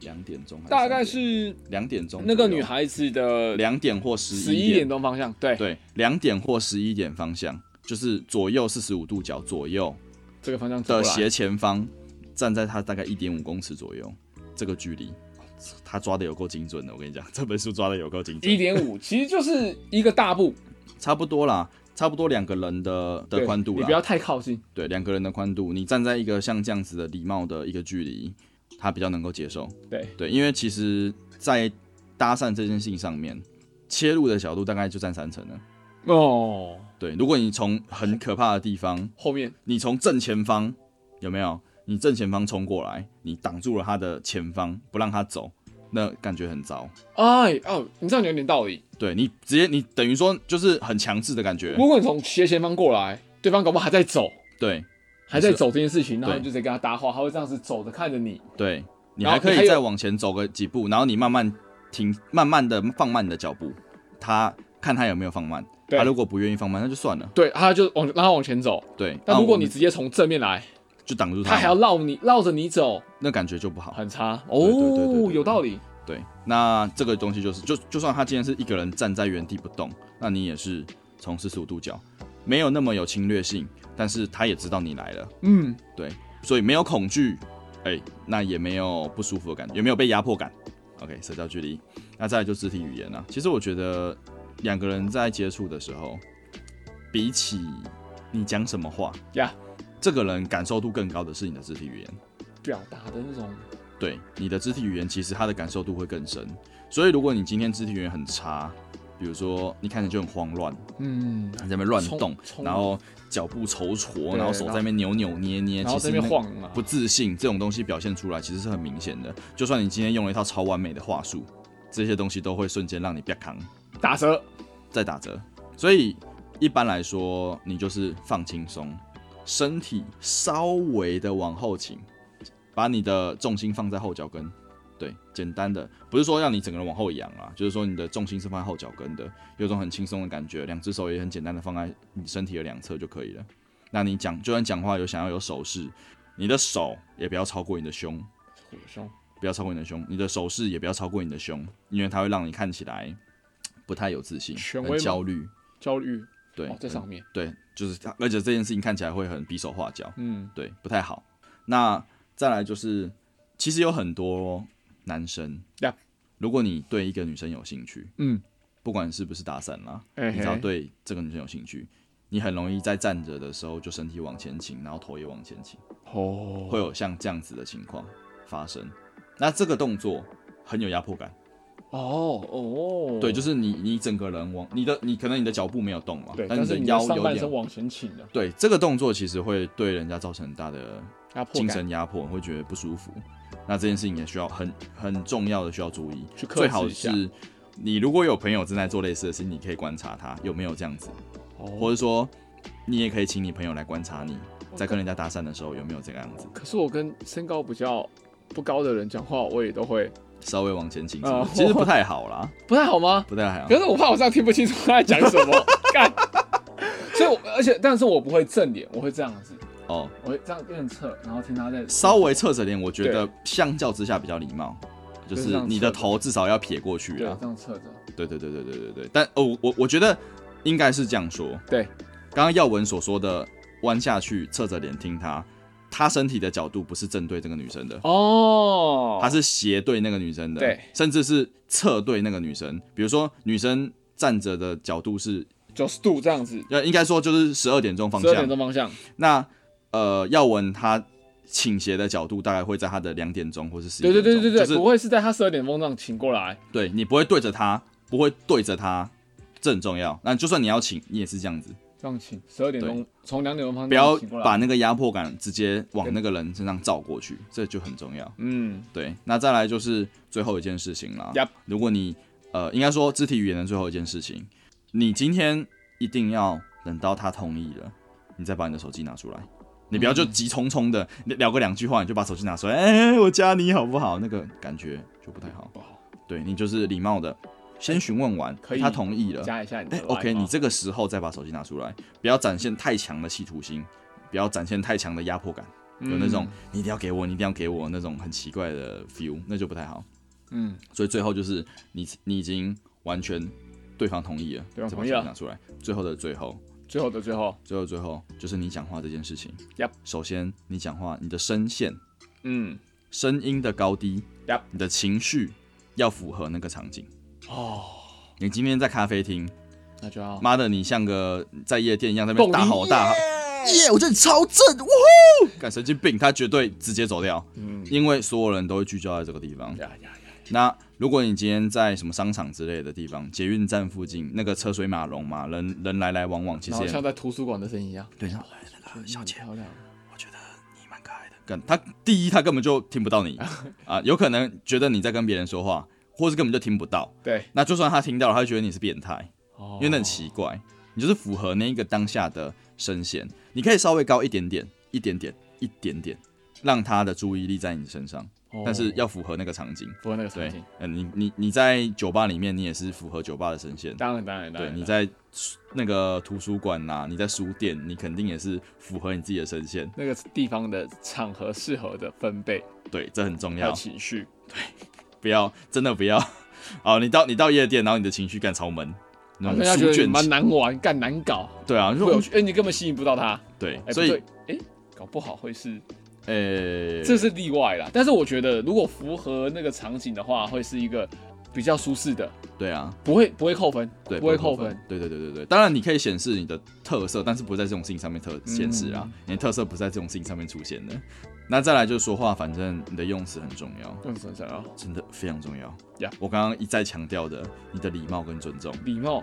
两点钟还是三
大
点，
概是
两点钟左右。
那个女孩子的
两点或十
十
一
一点钟方向，对，
对，两点或十一点方向，就是左右四十五度角左右
这个方向走
的
过来，
斜前方，站在他大概一点五公尺左右这个距离，哦这他抓的有够精准的，我跟你讲，这本书抓的有够精
一
准，
点五，其实就是一个大步
差不多啦，差不多两个人的的
对
宽度
你不要
啦，
太靠近，
对，两个人的宽度，你站在一个像这样子的礼貌的一个距离，他比较能够接受，
对
对，因为其实，在搭讪这件事情上面，切入的角度大概就占三成了。
哦，
对，如果你从很可怕的地方，
后面
你从正前方有没有？你正前方冲过来，你挡住了他的前方，不让他走，那感觉很糟。
哎哦，你这样有点道理。
对你直接你等于说就是很强制的感觉。
如果你从斜前方过来，对方搞不好还在走，
对
还在走这件事情，然后
对
你就直接跟他搭话，他会这样子走着看着你，
对，你
然
还
后
可
还
以
有
再往前走个几步，然后你慢慢停，慢慢的放慢你的脚步，他看他有没有放慢。
对
他如果不愿意放慢，那就算了。
对，他就往让他往前走。
对，
但如果你
啊我们
直接从正面来，
就挡住
他还要绕你绕着你走，
那感觉就不好。
很差
对对对对
哦，
对
有道理。
对，那这个东西就是，就就算他今天是一个人站在原地不动，那你也是从四十五度角，没有那么有侵略性，但是他也知道你来了，
嗯，
所以没有恐惧，哎、那也没有不舒服的感觉，也没有被压迫感。OK，社交距离，那再来就肢体语言啦、其实我觉得两个人在接触的时候，比起你讲什么话
呀
这个人感受度更高的是你的肢体语言。
表达的那种，
对你的肢体语言，其实它的感受度会更深。所以如果你今天肢体语言很差，比如说你看起来就很慌乱，
嗯，
你在那边乱动
冲，冲
然后脚步踌躇，
对
然后手在那边扭扭捏捏，
然
其
后
实
这边
那
晃啊，
不自信这种东西表现出来，其实是很明显的。就算你今天用了一套超完美的话术，这些东西都会瞬间让你啪扛
打折，
再打折。所以一般来说，你就是放轻松，身体稍微的往后倾，把你的重心放在后脚跟。对，简单的，不是说让你整个人往后仰啊，就是说你的重心是放在后脚跟的，有种很轻松的感觉，两只手也很简单的放在你身体的两侧就可以了。那你讲，就算讲话有想要有手势，你的手也不要超过你的胸，
虎胸，
不要超过你的胸，你的手势也不要超过你的胸，因为它会让你看起来不太有自信，
权威
很
吗
焦虑。
焦虑，
对，嗯
哦，在
很
上面，
对，就是它，而且这件事情看起来会很比手画脚，
嗯，
对，不太好。那再来就是，其实有很多男生
Yeah
如果你对一个女生有兴趣，
嗯，
不管是不是搭讪啦，
哎
你只要
嘿
对这个女生有兴趣，你很容易在站着的时候就身体往前倾，然后头也往前倾，
哦，
会有像这样子的情况发生。那这个动作很有压迫感，
哦哦，
对，就是你你整个人往你的你可能你的脚步没有动嘛，
对，
但
但
你
是
的
你的
腰
上
有
半
点
身往前倾的，
对，这个动作其实会对人家造成很大的
压迫
精
感，
神压迫，会觉得不舒服。那这件事情也需要很很重要的需要注意，
去克制
最好
一下
是你如果有朋友正在做类似的事情，你可以观察他有没有这样子，或
哦，
者说你也可以请你朋友来观察你在跟人家搭讪的时候有没有这个样子，
可是我跟身高比较不高的人讲话，我也都会
稍微往前倾
哦，
其实不太好啦，
不太好吗？
不太好
可。是我怕我这样听不清楚他在讲什么， 干。所以我，而且，但是我不会正脸，我会这样子，
哦，
我会这样变侧，然后听他在
稍微侧着脸，我觉得相较之下比较礼貌，就
就是这
是
样
你的
侧着
头至少要撇过去
对
啦。
这样侧着，
对对对对对对对，但哦，我我我觉得应该是这样说。
对，
刚刚耀文所说的弯下去，侧着脸听他，他身体的角度不是正对这个女生的，
哦，
他是斜对那个女生的，
对，
甚至是侧对那个女生。比如说女生站着的角度是，
九十度这样子，
呃，应该说就是十二点钟方
十二点
向。
钟方向，
那呃，耀文他倾斜的角度大概会在他的两点钟或是十一
对
点
对
钟，
对对对，
就是
不会是在他十二点钟这样请过来，
对你不会对着他，不会对着他，这很重要。那就算你要请，你也是这样子，
这样请，十二点钟从两点钟方向
不要
请过来
把那个压迫感直接往那个人身上照过去，这就很重要。
嗯，
对，那再来就是最后一件事情啦。
Yup
如果你呃，应该说肢体语言的最后一件事情，你今天一定要等到他同意了，你再把你的手机拿出来。你不要就急匆匆的聊个两句话，你就把手机拿出来，哎、我加你好不好？那个感觉就不太好。
不好，
对你就是礼貌的先询问完，
可以
他同意了，
加一下你的
哎
line 吗、
，OK，你这个时候再把手机拿出来，不要展现太强的企图心，不要展现太强的压迫感，有那
嗯
种、你一定要给我，你一定要给我那种很奇怪的 feel，那就不太好。
嗯，
所以最后就是你你已经完全对方同意了，
对方
再
同
把
意
手
了
机拿出来。最后的最后，
最后的最后，
最后最后就是你讲话这件事情。
Yup
首先你讲话，你的声线、
嗯，
声音的高低
Yup
你的情绪要符合那个场景。
哦，
你今天在咖啡厅，
那就要
妈的，你像个在夜店一样在那边
哦蹦迪
大吼大吼，耶
哎
我觉得你超正，哇呼！干神经病，他绝对直接走掉，
嗯，
因为所有人都会聚焦在这个地方。
呀呀呀，
那如果你今天在什么商场之类的地方，捷运站附近那个车水马龙嘛，人人来来往往，其
然
实
后
也
像在图书馆的声音一样，嗯
对，
小姐漂亮，
我觉得你蛮可爱的。干他第一，他根本就听不到 你啊，有可能觉得你在跟别人说话，或是根本就听不到。
对，
那就算他听到了，他会觉得你是变态。
哦
因为那很奇怪，你就是符合那一个当下的声线，你可以稍微高一点点，一点点，一点点，让他的注意力在你身上，
哦
但是要符合那个场景。
符合那个场
对
景，，
嗯，你你你在酒吧里面，你也是符合酒吧的声线。
当然当然当
对，
然，
你
当然
在书那个图书馆呐、你在书店，你肯定也是符合你自己的声线。
那个地方的场合适合的分贝
对，这很重
还有
要。
情绪，
不要，真的不要。 哦，你到你到夜店，然后你的情绪感超闷，那
让
种
人家觉
书
得
卷
蛮
气
难玩，干难搞，
对啊，如
会有
果
趣，哎、你根本吸引不到他，
对，
哎、
所
不
以
对，哎、搞不好会是，
呃，
这是例外啦。但是我觉得，如果符合那个场景的话，会是一个比较舒适的，
对啊，
不会不会扣分，
对，
不会扣分。。
对对对对对，当然你可以显示你的特色，但是不在这种事情上面特显示啊，
嗯
你的特色不在这种事情上面出现的。那再来就是说话，反正你的用词很重要，
用什么啊？
真的非常重要。
呀
我刚刚一再强调的，你的礼貌跟尊重，
礼貌、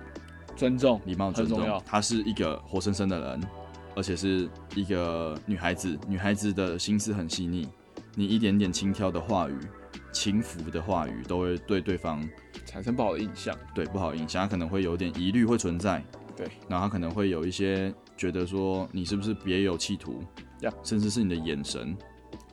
尊重，
礼貌尊
很
重
重要，
她是一个活生生的人，而且是一个女孩子，女孩子的心思很细腻，你一点点轻佻的话语、轻浮的话语，都会对对方
产生不好的印象。
对不好影响，他可能会有点疑虑会存在，
对，
然后他可能会有一些觉得说你是不是别有企图
Yup
甚至是你的眼神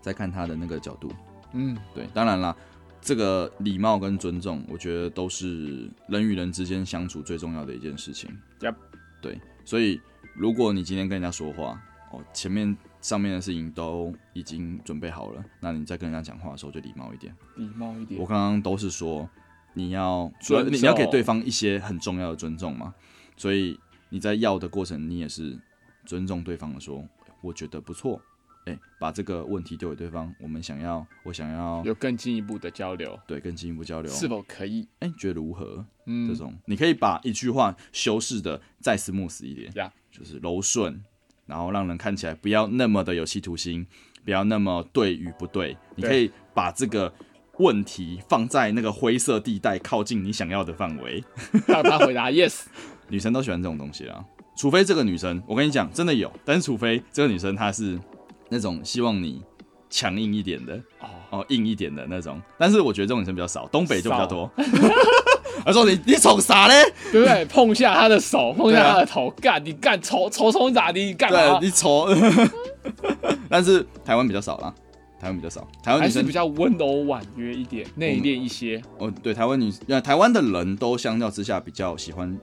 在看他的那个角度，
嗯，
对，当然啦，这个礼貌跟尊重，我觉得都是人与人之间相处最重要的一件事情。
Yup
对，所以如果你今天跟人家说话，哦，前面上面的事情都已经准备好了，那你在跟人家讲话的时候就礼貌一点。
礼貌一点
我。刚刚都是说你要
尊重
你你要给对方一些很重要的尊重嘛，所以你在要的过程，你也是尊重对方的说，我觉得不错，哎、把这个问题丢给对方，我们想要，我想要
有更进一步的交流，
对更进一步交流，
是否可以？
哎、觉得如何？
嗯
这，种你可以把一句话修饰的再 smooth 一点
Yeah
就是柔顺，然后让人看起来不要那么的有企图心，不要那么对与不对，你可以把这个问题放在那个灰色地带，靠近你想要的范围。
让他 回答 yes。
女生都喜欢这种东西啊，除非这个女生，我跟你讲，真的有，但是除非这个女生她是那种希望你强硬一点的，
哦，
哦，硬一点的那种，但是我觉得这种女生比较少，东北就比较
少
多。 他说你你瞅啥嘞？
对不对？碰一下他的手，碰一下他的头，干你干丑丑丑你咋地？你干嘛
啊对？啊你丑， 但是台湾比较少啦，台湾比较少，台湾
还
女
是
生
比较温柔婉约一点，内敛一些，
哦，对，台湾女呃台湾的人都相较之下比较喜欢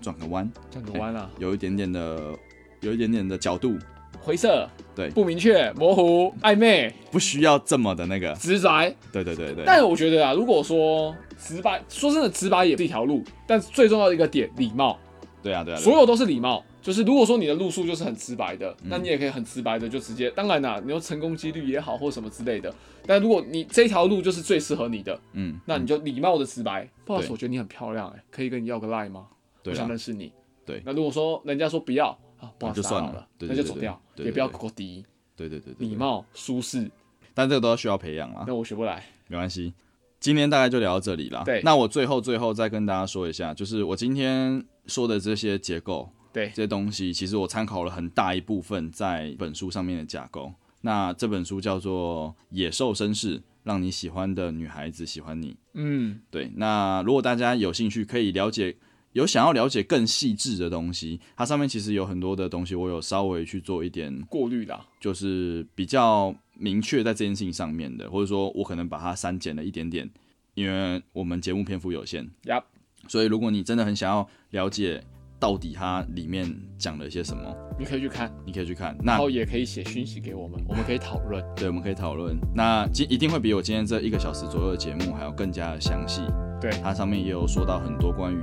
转个弯，
转个弯啊，
有一点点的，有一点点的角度，
灰色，
对
不明确、模糊、暧昧、
不需要这么的那个，
直白。
对对对对，
但我觉得啊，如果说直白，说真的，直白也是一条路，但最重要的一个点，礼貌，
对啊对啊，对
所
啊
有都是礼貌。就是如果说你的路数就是很直白
嗯
的，那你也可以很直白的就直接，当然啦、你有成功几率也好或什么之类的。但如果你这条路就是最适合你的，
嗯，
那你就礼貌的直白。不好意思，
对
我觉得你很漂亮、哎，可以跟你要个 line 吗？
对
我想
啊
认识你。
对
那如果说人家说不要啊，不好意思
那就算
打扰
了
了，
对
那
对
就
对
走
对
掉，
对
也
对
不要
对
给我敌
对对对对
礼
对，
貌舒适，
但这个都要需要培养啊，
那我学不来。
没关系，今天大概就聊到这里啦。
对
那我最后最后再跟大家说一下，就是我今天说的这些结构，
对
这些东西，其实我参考了很大一部分在本书上面的架构。那这本书叫做《野兽绅士》，让你喜欢的女孩子喜欢你。
嗯，
对，那如果大家有兴趣，可以了解，有想要了解更细致的东西，它上面其实有很多的东西，我有稍微去做一点
过滤啦，
就是比较明确在这件事情上面的，或者说我可能把它删减了一点点，因为我们节目篇幅有限。
Yup
所以如果你真的很想要了解到底它里面讲了一些什么，
你可以去看，
你可以去看。
然
那
后也可以写讯息给我们，我们可以讨论。
对，我们可以讨论。那今一定会比我今天这一个小时左右的节目还要更加的详细。
对
它上面也有说到很多关于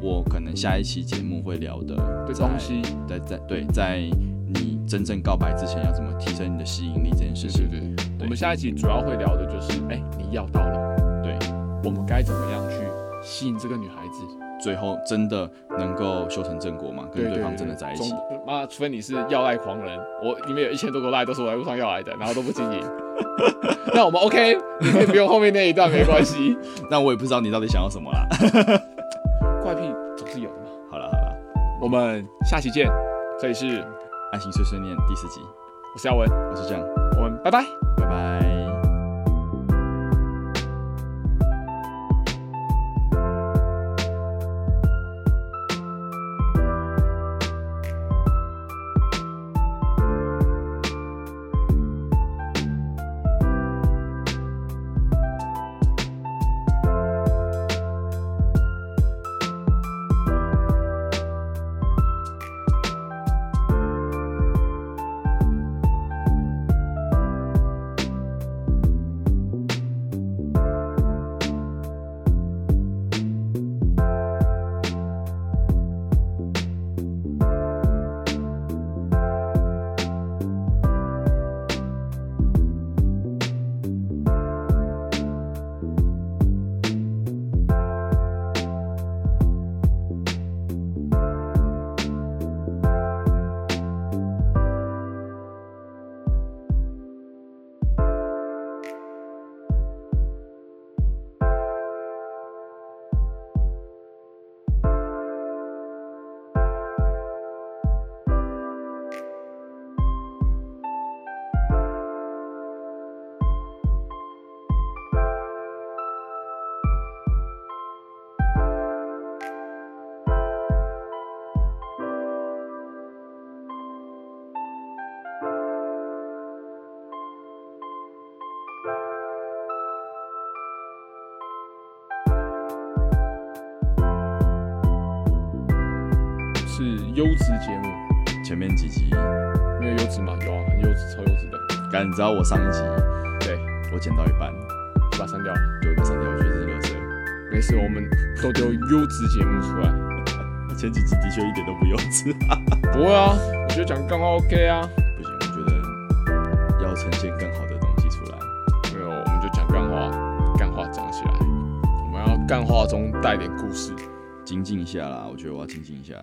我可能下一期节目会聊的
对
在
东西，
在在对，在你真正告白之前要怎么提升你的吸引力这件事情。
对对。我们下一集主要会聊的就是，哎、你要到了，
对，
我们该怎么样去吸引这个女孩子，
最后真的能够修成正果嘛，跟对方真的在一起。
总妈，除非你是要赖狂人，我里面有一千多个赖都是我在路上要来的，然后都不经 营。那我们 OK，你可以不用后面那一段没关 系。
但我也不知道你到底想要什么啦。
怪癖总是有的嘛。
好了好了，
我们下期见，这里是
爱情碎碎念第四集，
我是耀文，
我是这样，
我们拜拜。
拜拜。
是优质节目，
前面几集，
没有优质吗？有啊，很优质，超优质的，
干，你知道我上一集
对，
我剪到一半，
就把它删掉了。
有一个删掉，我觉得是垃圾。
没事，我们都丢优质节目出来。
前几集的确一点都不幼稚，
不会啊，我觉得讲干话 OK 啊。
不行，我觉得要呈现更好的东西出来。
没有，我们就讲干话，干话讲起来。我们要干话中带点故事。
精进一下啦，我觉得我要精进一下。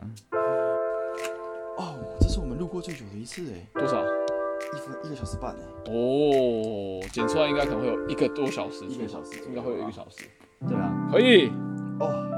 哦，这是我们路过最久的一次哎，
多少？
一分一个小时半哎，
哦，剪出来应该可能会有一个多小时，
一个小时
应该会有一个小时。
对啊，
可以，
哦，